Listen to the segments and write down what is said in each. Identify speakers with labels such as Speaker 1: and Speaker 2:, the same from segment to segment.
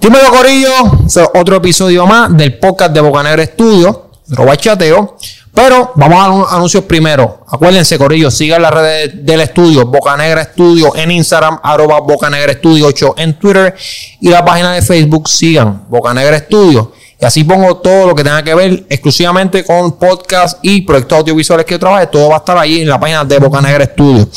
Speaker 1: Dímelo, Corillo. So, otro episodio más del podcast de Bocanegra Estudio, Robachateo. Pero vamos a los anuncios primero. Acuérdense, Corillo, sigan las redes del estudio, Bocanegra Estudio en Instagram, arroba Bocanegra Estudio 8 en Twitter y la página de Facebook, sigan Bocanegra Estudio. Y así pongo todo lo que tenga que ver exclusivamente con podcast y proyectos audiovisuales que yo trabaje. Todo va a estar ahí en la página de Bocanegra Estudio.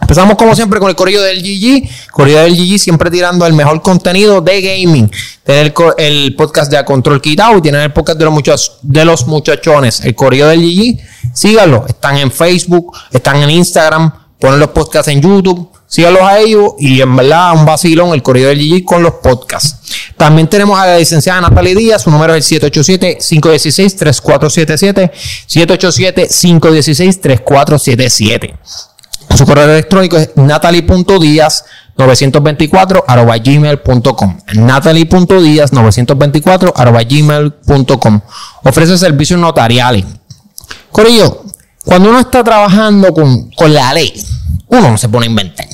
Speaker 1: Empezamos como siempre con el corrillo del GG. Corrillo del GG siempre tirando el mejor contenido de gaming. Tener el, co- el podcast de A Control Quitado y tienen el podcast de los, muchachos de los muchachones. El corrillo del GG, síganlo. Están en Facebook, están en Instagram, ponen los podcasts en YouTube. Síganlos a ellos y en verdad un vacilón el corrido del GG con los podcasts. También tenemos a la licenciada Natalie Díaz, su número es el 787-516-3477. 787-516-3477. Su correo electrónico es natalie.díaz924 arroba gmail.com. Natalie.díaz924 arroba gmail.com. Ofrece servicios notariales. Corillo, cuando uno está trabajando con, con la ley, uno no se pone a inventar.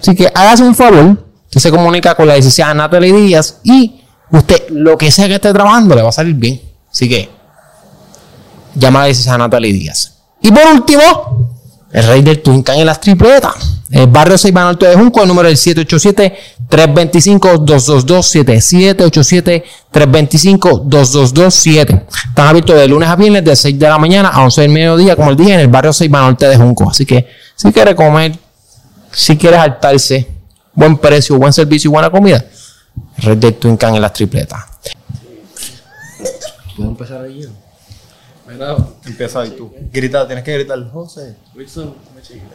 Speaker 1: Así que hágase un favor, usted se comunica con la licenciada Natalie Díaz y usted, lo que sea que esté trabajando, le va a salir bien. Así que, llama a la licenciada Natalie Díaz. Y por último, el rey del Tuncán en las tripletas. El barrio 6 Alto de Junco, el número del 787-325-2227. 787-325-2227. Están abiertos de lunes a viernes, de 6 de la mañana a 11 del mediodía, como el día, en el barrio 6 Norte de Junco. Así que, si quiere comer, si quiere saltarse, buen precio, buen servicio y buena comida, el rey del Tuncán en las tripletas.
Speaker 2: ¿Puedo empezar ahí?
Speaker 3: Mira,
Speaker 2: Empieza ahí tú. Grita, tienes que gritar, José.
Speaker 3: Wilson, me chiquita.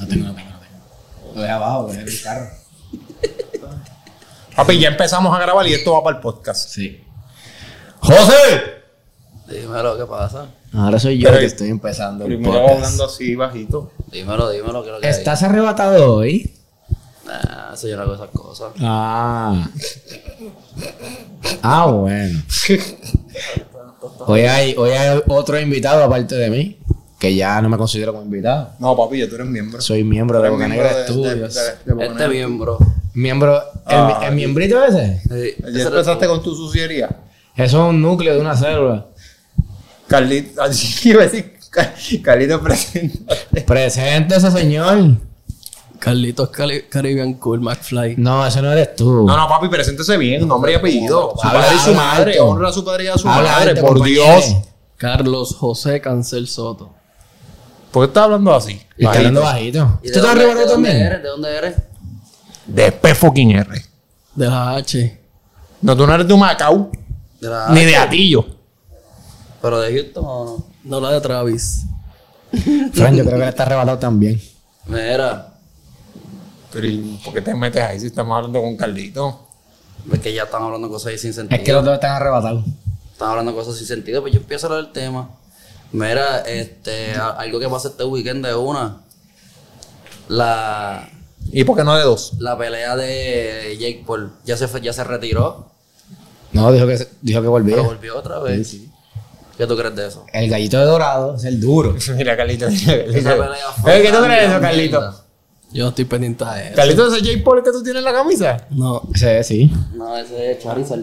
Speaker 2: No tengo, no tengo, no tengo. Lo dejo abajo, lo dejo en el carro.
Speaker 4: Ah, pues
Speaker 1: Papi, ya empezamos a grabar y esto va para el podcast.
Speaker 2: Sí.
Speaker 1: ¡José!
Speaker 3: Dímelo, ¿qué pasa?
Speaker 2: Ahora soy yo
Speaker 1: Pero-
Speaker 2: que estoy empezando el
Speaker 4: Primero
Speaker 2: podcast.
Speaker 4: hablando así bajito.
Speaker 3: Dímelo, dímelo, ¿qué es lo que
Speaker 2: ¿Estás arrebatado hoy?
Speaker 3: hay? Nah, eso yo no hago esas cosas.
Speaker 2: Ah. Ah, bueno. Hoy hay, hoy hay otro invitado aparte de mí, que ya no me considero como invitado.
Speaker 4: No, papi, ya tú eres miembro.
Speaker 2: Soy miembro de
Speaker 4: Eres
Speaker 2: Boca
Speaker 4: miembro
Speaker 2: Negra
Speaker 4: de- de-
Speaker 2: Studios.
Speaker 4: de- de Boca
Speaker 3: Este
Speaker 4: Negra.
Speaker 3: miembro.
Speaker 2: Miembro,
Speaker 4: Ah,
Speaker 2: el, el miembrito ese.
Speaker 3: Sí,
Speaker 1: Eh,
Speaker 4: Ya
Speaker 3: ese
Speaker 4: empezaste
Speaker 3: era
Speaker 4: con tu suciería.
Speaker 2: Eso es un núcleo de una célula.
Speaker 4: Carlito, así iba a decir, Car- Carlito presenta.
Speaker 2: Presente ese señor.
Speaker 3: el- Carlitos Cali- Caribbean Cool McFly.
Speaker 2: No, eso no eres tú.
Speaker 1: No, no, papi, preséntese bien, nombre y apellido. Su
Speaker 2: Habla
Speaker 1: padre y su
Speaker 2: alto.
Speaker 1: madre, honra a su padre y a su
Speaker 2: Habla
Speaker 1: madre,
Speaker 2: alto,
Speaker 1: por
Speaker 2: compañero.
Speaker 1: Dios.
Speaker 3: Carlos José Cancel Soto.
Speaker 1: ¿Por qué estás hablando así?
Speaker 2: Y está hablando bajito.
Speaker 3: ¿Y
Speaker 2: ¿Tú
Speaker 3: de
Speaker 2: estás
Speaker 3: dónde-
Speaker 2: arrebatado
Speaker 3: de dónde
Speaker 2: también?
Speaker 3: eres? ¿De dónde eres?
Speaker 1: De P fucking R.
Speaker 3: De la H.
Speaker 1: No, tú no eres de Macao,
Speaker 3: De la
Speaker 1: ni
Speaker 3: H.
Speaker 1: de Atillo.
Speaker 3: Pero de Houston o no. No la de Travis.
Speaker 2: Fran, yo creo que le está arrebatado también.
Speaker 3: Mira,
Speaker 1: Pero ¿y ¿por qué te metes ahí si estamos hablando con Carlito?
Speaker 3: es que ya están hablando cosas ahí sin sentido.
Speaker 2: Es que los dos están arrebatados.
Speaker 3: Están hablando cosas sin sentido, pues yo empiezo a hablar del tema. Mira, este, a- algo que pasa este weekend de una. La,
Speaker 1: ¿Y por qué no de dos?
Speaker 3: la pelea de Jake Paul ya se, fue- ya se retiró,
Speaker 2: No, dijo que, dijo que volvía.
Speaker 3: pero volvió otra vez. ¿Qué tú crees de eso?
Speaker 1: Eh,
Speaker 2: El gallito de dorado es el duro.
Speaker 1: Mira, Carlito. mira,
Speaker 3: Esa
Speaker 1: Carlito.
Speaker 3: pelea
Speaker 1: Eh, ¿Qué tú
Speaker 3: una
Speaker 1: crees de eso,
Speaker 3: mierda.
Speaker 1: Carlito?
Speaker 5: Yo no estoy pendiente a eso.
Speaker 1: Carlito, ese Jake Paul que tú tienes en la camisa.
Speaker 5: No,
Speaker 2: Ese sí.
Speaker 3: No, ese es Charizard.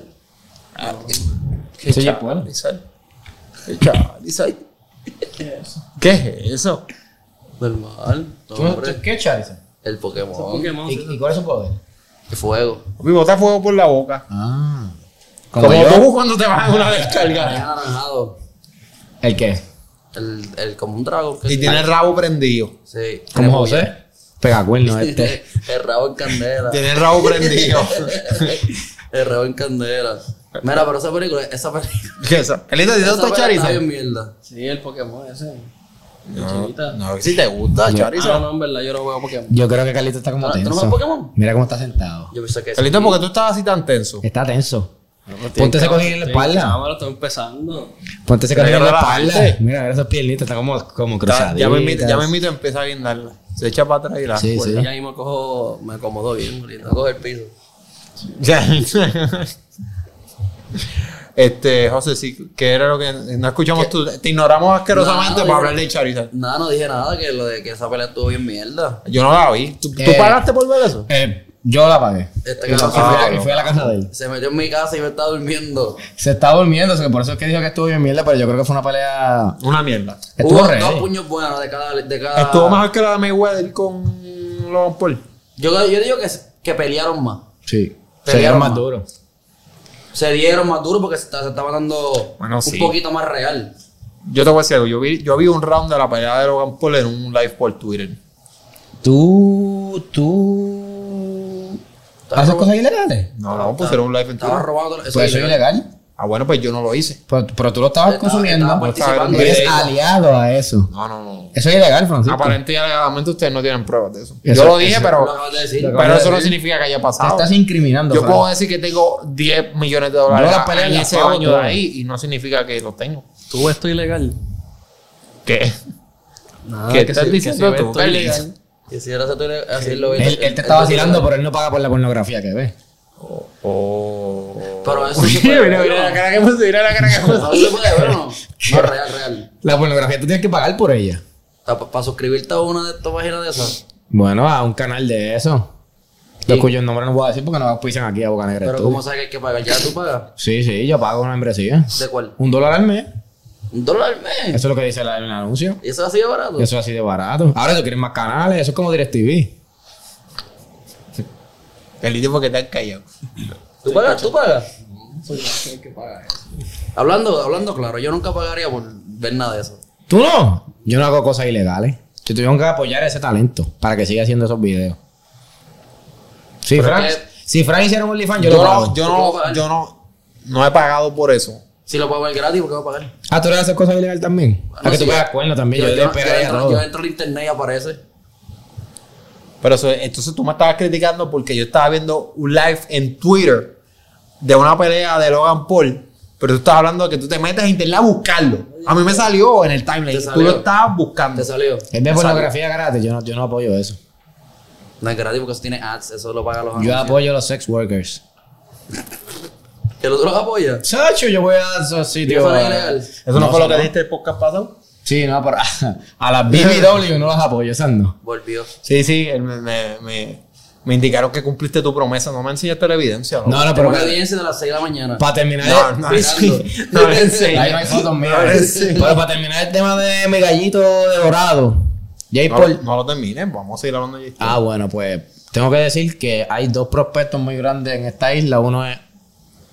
Speaker 5: Ah,
Speaker 2: Ese Jake Paul.
Speaker 1: Charizard. Qué Charizard. ¿Qué es eso?
Speaker 3: Normal. Hombre,
Speaker 2: ¿Qué Charizard?
Speaker 3: el Pokémon.
Speaker 2: ¿Y, y cuál es su poder?
Speaker 3: El fuego.
Speaker 4: Mi bota fuego por la boca.
Speaker 2: Ah.
Speaker 1: Como
Speaker 2: Como yo.
Speaker 1: tú cuando te bajas una
Speaker 3: Es
Speaker 5: Ah,
Speaker 1: descarga.
Speaker 3: anaranjado.
Speaker 2: ¿El qué?
Speaker 3: El, el, como un dragón. que
Speaker 4: Y
Speaker 3: sí.
Speaker 4: tiene el rabo prendido.
Speaker 3: Sí.
Speaker 2: ¿Como José? Pegacuerno este.
Speaker 3: el rabo en candela.
Speaker 4: Tiene el rabo prendido.
Speaker 3: El rabo en candela. Mira, pero esa película, esa película.
Speaker 4: ¿Qué es eso? Carlito, ¿tienes
Speaker 3: esa
Speaker 4: esto
Speaker 3: película está
Speaker 4: Charizard?
Speaker 3: bien mierda.
Speaker 5: sí, el Pokémon ese.
Speaker 1: No,
Speaker 5: Chiquita.
Speaker 1: no, si te gusta, Charizard.
Speaker 5: Ah, no, en verdad, yo no juego Pokémon.
Speaker 2: Yo creo que Carlito está como
Speaker 3: Ah, ¿Tú no- tú no
Speaker 2: tenso.
Speaker 3: juegas Pokémon?
Speaker 2: Mira cómo está sentado.
Speaker 3: Yo pensé que sí.
Speaker 1: Carlito, ¿por qué tú estabas así tan tenso?
Speaker 2: Está tenso.
Speaker 5: Estoy
Speaker 2: Ponte ese
Speaker 5: cama,
Speaker 2: cojín en la
Speaker 5: estoy
Speaker 2: espalda.
Speaker 5: Cámara, estoy empezando.
Speaker 2: Ponte ese
Speaker 1: Pero
Speaker 2: cojín en la
Speaker 1: relajante.
Speaker 2: espalda. Mira, mira esas piernitas. Está como, como
Speaker 1: Ya,
Speaker 2: cruzaditas.
Speaker 1: ya me invito, ya me invito a empezar a guindarla. Se echa para atrás y la
Speaker 2: Sí,
Speaker 1: cuelga.
Speaker 3: Pues Ya mismo cojo, me acomodo bien, ahorita cojo el piso.
Speaker 1: Ya. Este, José, sí, que era lo que no escuchamos tú. Te ignoramos asquerosamente para
Speaker 3: No, yo-
Speaker 1: hablar de Charizard.
Speaker 3: Nada, no dije nada que lo de que esa pelea estuvo bien mierda.
Speaker 1: Yo no la vi. ¿Tú, tú
Speaker 2: Eh,
Speaker 1: pagaste por ver eso?
Speaker 2: Eh, Yo la pagué.
Speaker 3: Este
Speaker 2: Y la-
Speaker 3: cabrón
Speaker 2: y fui, a-
Speaker 3: se-
Speaker 2: y fui a la casa de él.
Speaker 3: Se metió en mi casa y me estaba durmiendo.
Speaker 2: Se está durmiendo, o sea, que por eso es que dijo que estuvo bien mierda, pero yo creo que fue una pelea.
Speaker 6: Una mierda.
Speaker 2: Estuvo
Speaker 3: Hubo
Speaker 2: re.
Speaker 3: dos puños buenos de cada. De cada...
Speaker 4: Estuvo mejor que la de Mayweather con Logan Paul.
Speaker 3: Yo, yo digo que, que pelearon más.
Speaker 2: Sí. Se
Speaker 3: Pelearon
Speaker 2: dieron más
Speaker 3: más.
Speaker 2: duro.
Speaker 3: Se dieron más duro porque se, está- se estaban dando
Speaker 4: Bueno,
Speaker 3: un
Speaker 4: sí.
Speaker 3: poquito más real.
Speaker 4: Yo te voy a decir algo. Yo vi, yo vi un round de la pelea de Logan Paul en un live por Twitter.
Speaker 2: Tú, tú. ¿Haces cosas ilegales?
Speaker 4: No, no, pues era un live en
Speaker 3: Estaban
Speaker 4: Twitter.
Speaker 3: robando. Eso
Speaker 2: Pues eso
Speaker 3: es
Speaker 2: es
Speaker 3: ilegal.
Speaker 2: ilegal.
Speaker 4: Ah, bueno, pues yo no lo hice.
Speaker 2: Pero, pero tú lo estabas
Speaker 3: Estaba-
Speaker 2: consumiendo. Pues
Speaker 3: estaba
Speaker 4: participando.
Speaker 2: Eres
Speaker 4: Sí.
Speaker 2: aliado a eso.
Speaker 4: No, no, no.
Speaker 2: Eso es ilegal, Francisco.
Speaker 4: Aparentemente y alegadamente ustedes no tienen pruebas de eso.
Speaker 2: pues. Eso-
Speaker 4: yo lo dije,
Speaker 2: eso-
Speaker 3: Lo
Speaker 4: pero,
Speaker 3: acabas de decir.
Speaker 2: Lo acabas
Speaker 4: pero
Speaker 2: de
Speaker 4: eso no
Speaker 2: decir.
Speaker 4: significa que haya
Speaker 2: Te
Speaker 4: pasado.
Speaker 2: estás incriminando.
Speaker 4: Yo
Speaker 2: Fran.
Speaker 4: puedo decir que tengo 10 millones de
Speaker 2: Yo
Speaker 4: dólares
Speaker 2: las peleas
Speaker 4: en
Speaker 2: las
Speaker 4: ese
Speaker 2: pago
Speaker 4: baño de
Speaker 2: todas.
Speaker 4: ahí y no significa que los tengo.
Speaker 7: Tú esto ilegal.
Speaker 4: ¿Qué?
Speaker 7: Nada,
Speaker 4: Ah, ¿Qué
Speaker 7: que
Speaker 4: estás
Speaker 7: si- que
Speaker 4: diciendo
Speaker 7: si ves
Speaker 4: tú?
Speaker 7: esto
Speaker 4: ¿Qué
Speaker 7: ilegal.
Speaker 4: legal?
Speaker 3: Quisiera hacer tu- hacerlo.
Speaker 2: Él, él te está vacilando, pero él no paga por la pornografía que ve.
Speaker 4: Oh.
Speaker 3: Pero eso se
Speaker 4: Mira,
Speaker 3: puede
Speaker 4: mira,
Speaker 3: ver,
Speaker 4: mira la
Speaker 3: ¿no?
Speaker 4: cara que puse, mira la cara que puse.
Speaker 3: No se puede ver, ¿no? No, real, real.
Speaker 2: La pornografía tú tienes que pagar por ella.
Speaker 3: Para suscribirte a una de estas páginas de esas.
Speaker 2: Bueno, a un canal de eso. Los
Speaker 3: Sí.
Speaker 2: cuyos nombres no puedo decir porque no auspician aquí a Boca Negra.
Speaker 3: Pero
Speaker 2: Studio.
Speaker 3: ¿cómo sabes que hay que pagar? ¿Ya tú pagas?
Speaker 2: Sí, sí, yo pago una membresía.
Speaker 3: ¿De cuál?
Speaker 2: Un dólar al mes.
Speaker 3: ¿Un dólar al mes?
Speaker 2: Eso es lo que dice la- el anuncio.
Speaker 3: ¿Y eso ha sido barato?
Speaker 2: Eso es así de barato. Ahora tú quieres más canales, eso es como DirecTV.
Speaker 4: Calito porque te has callado.
Speaker 3: ¿Tú pagas? ¿Tú pagas? Hablando, hablando claro, yo nunca pagaría por ver nada de eso.
Speaker 2: ¿Tú no? Yo no hago cosas ilegales. Yo tengo que apoyar ese talento para que siga haciendo esos videos. Si
Speaker 3: Pero
Speaker 2: Fran,
Speaker 3: es que-
Speaker 2: si Fran hiciera un OnlyFans, yo,
Speaker 4: Yo
Speaker 2: lo pago.
Speaker 4: no, yo no, yo no, no he pagado por eso.
Speaker 3: Si lo pago el gratis, ¿por qué voy a pagar?
Speaker 2: Ah, tú le haces cosas ilegales también.
Speaker 3: Bueno,
Speaker 2: Ah, que
Speaker 3: sí,
Speaker 2: tú pegas cuerno también. Yo,
Speaker 3: Yo,
Speaker 2: te
Speaker 3: yo, yo,
Speaker 2: esperaría
Speaker 3: entro,
Speaker 2: todo.
Speaker 3: yo entro al internet y aparece.
Speaker 4: Pero eso- entonces tú me estabas criticando porque yo estaba viendo un live en Twitter de una pelea de Logan Paul. Pero tú estás hablando de que tú te metes a internet a buscarlo. A mí me salió en el timeline.
Speaker 3: Te
Speaker 4: Tú
Speaker 3: salió.
Speaker 4: lo estabas buscando.
Speaker 3: Te salió.
Speaker 2: Es de pornografía gratis. Yo no, yo no apoyo eso.
Speaker 3: No es gratis porque eso tiene ads, eso lo pagan los
Speaker 2: Yo
Speaker 3: anuncios.
Speaker 2: apoyo a los sex workers.
Speaker 3: ¿Que los otros apoyan?
Speaker 2: Sacho, yo voy a esos sitios.
Speaker 3: Eso no es
Speaker 2: eh.
Speaker 3: ilegal.
Speaker 4: Eso no, fue lo que
Speaker 2: no.
Speaker 4: dijiste el podcast pasado.
Speaker 2: Sí, no, pero a las BBW no las apoyo, esas no.
Speaker 7: Ah,
Speaker 3: Volvió.
Speaker 4: Sí, sí, él me, me, me- me indicaron que cumpliste tu promesa. No me enseñaste la evidencia. loco.
Speaker 2: No, no,
Speaker 3: Tengo
Speaker 2: pero
Speaker 3: una audiencia de las 6 de la mañana.
Speaker 2: para terminar.
Speaker 4: No, no, sí, no me
Speaker 2: Ahí no
Speaker 4: enseñas.
Speaker 2: hay fotos mías.
Speaker 4: No, sí.
Speaker 2: Pero para terminar el tema de mi gallito de dorado, Jay
Speaker 4: No,
Speaker 2: Paul.
Speaker 4: no lo termines, vamos a seguir hablando de
Speaker 2: Ah, bueno, pues tengo que decir que hay dos prospectos muy grandes en esta isla. Uno es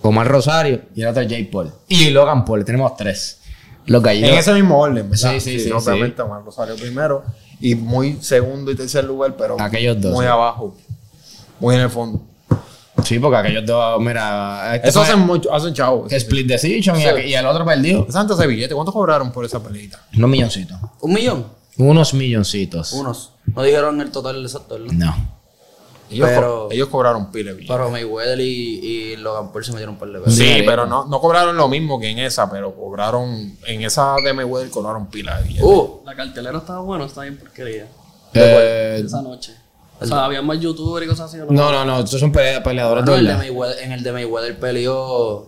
Speaker 2: Omar Rosario y el otro es Jay Paul. Y Logan Paul, tenemos tres. Los gallitos.
Speaker 4: En ese mismo orden, ¿verdad?
Speaker 2: Sí, sí, sí,
Speaker 4: Obviamente, Omar Rosario primero y muy segundo y tercer lugar, pero
Speaker 2: Aquellos dos,
Speaker 4: muy
Speaker 2: sí.
Speaker 4: abajo, muy en el fondo.
Speaker 2: Sí, porque aquellos dos, mira. este
Speaker 4: Eso
Speaker 2: fue
Speaker 4: hacen mucho, hacen chavos.
Speaker 2: que split decision y, aqu- y el otro perdió.
Speaker 4: Esa gente hace billete. ¿Cuánto cobraron por esa peleita?
Speaker 2: Unos milloncitos.
Speaker 3: ¿Un millón?
Speaker 2: Unos milloncitos.
Speaker 3: Unos. No dijeron el total exacto, ¿verdad?
Speaker 2: No.
Speaker 4: Ellos,
Speaker 3: Pero-
Speaker 4: co- ellos cobraron pile de billete.
Speaker 3: Pero Mayweather y, y Logan Paul se metieron un par de veces.
Speaker 4: Sí,
Speaker 2: Mira,
Speaker 4: pero no, no cobraron lo mismo que en esa, pero cobraron, en esa de Mayweather cobraron pila de billete.
Speaker 3: Uh,
Speaker 7: La cartelera estaba buena, estaba bien porquería.
Speaker 2: Eh,
Speaker 7: Esa noche. O sea, había más youtubers y cosas así. ¿no?
Speaker 2: no, no, no. Estos son pelea- peleadores de
Speaker 3: Ah, no, el de
Speaker 2: verdad.
Speaker 3: Mayweather- en el de Mayweather peleó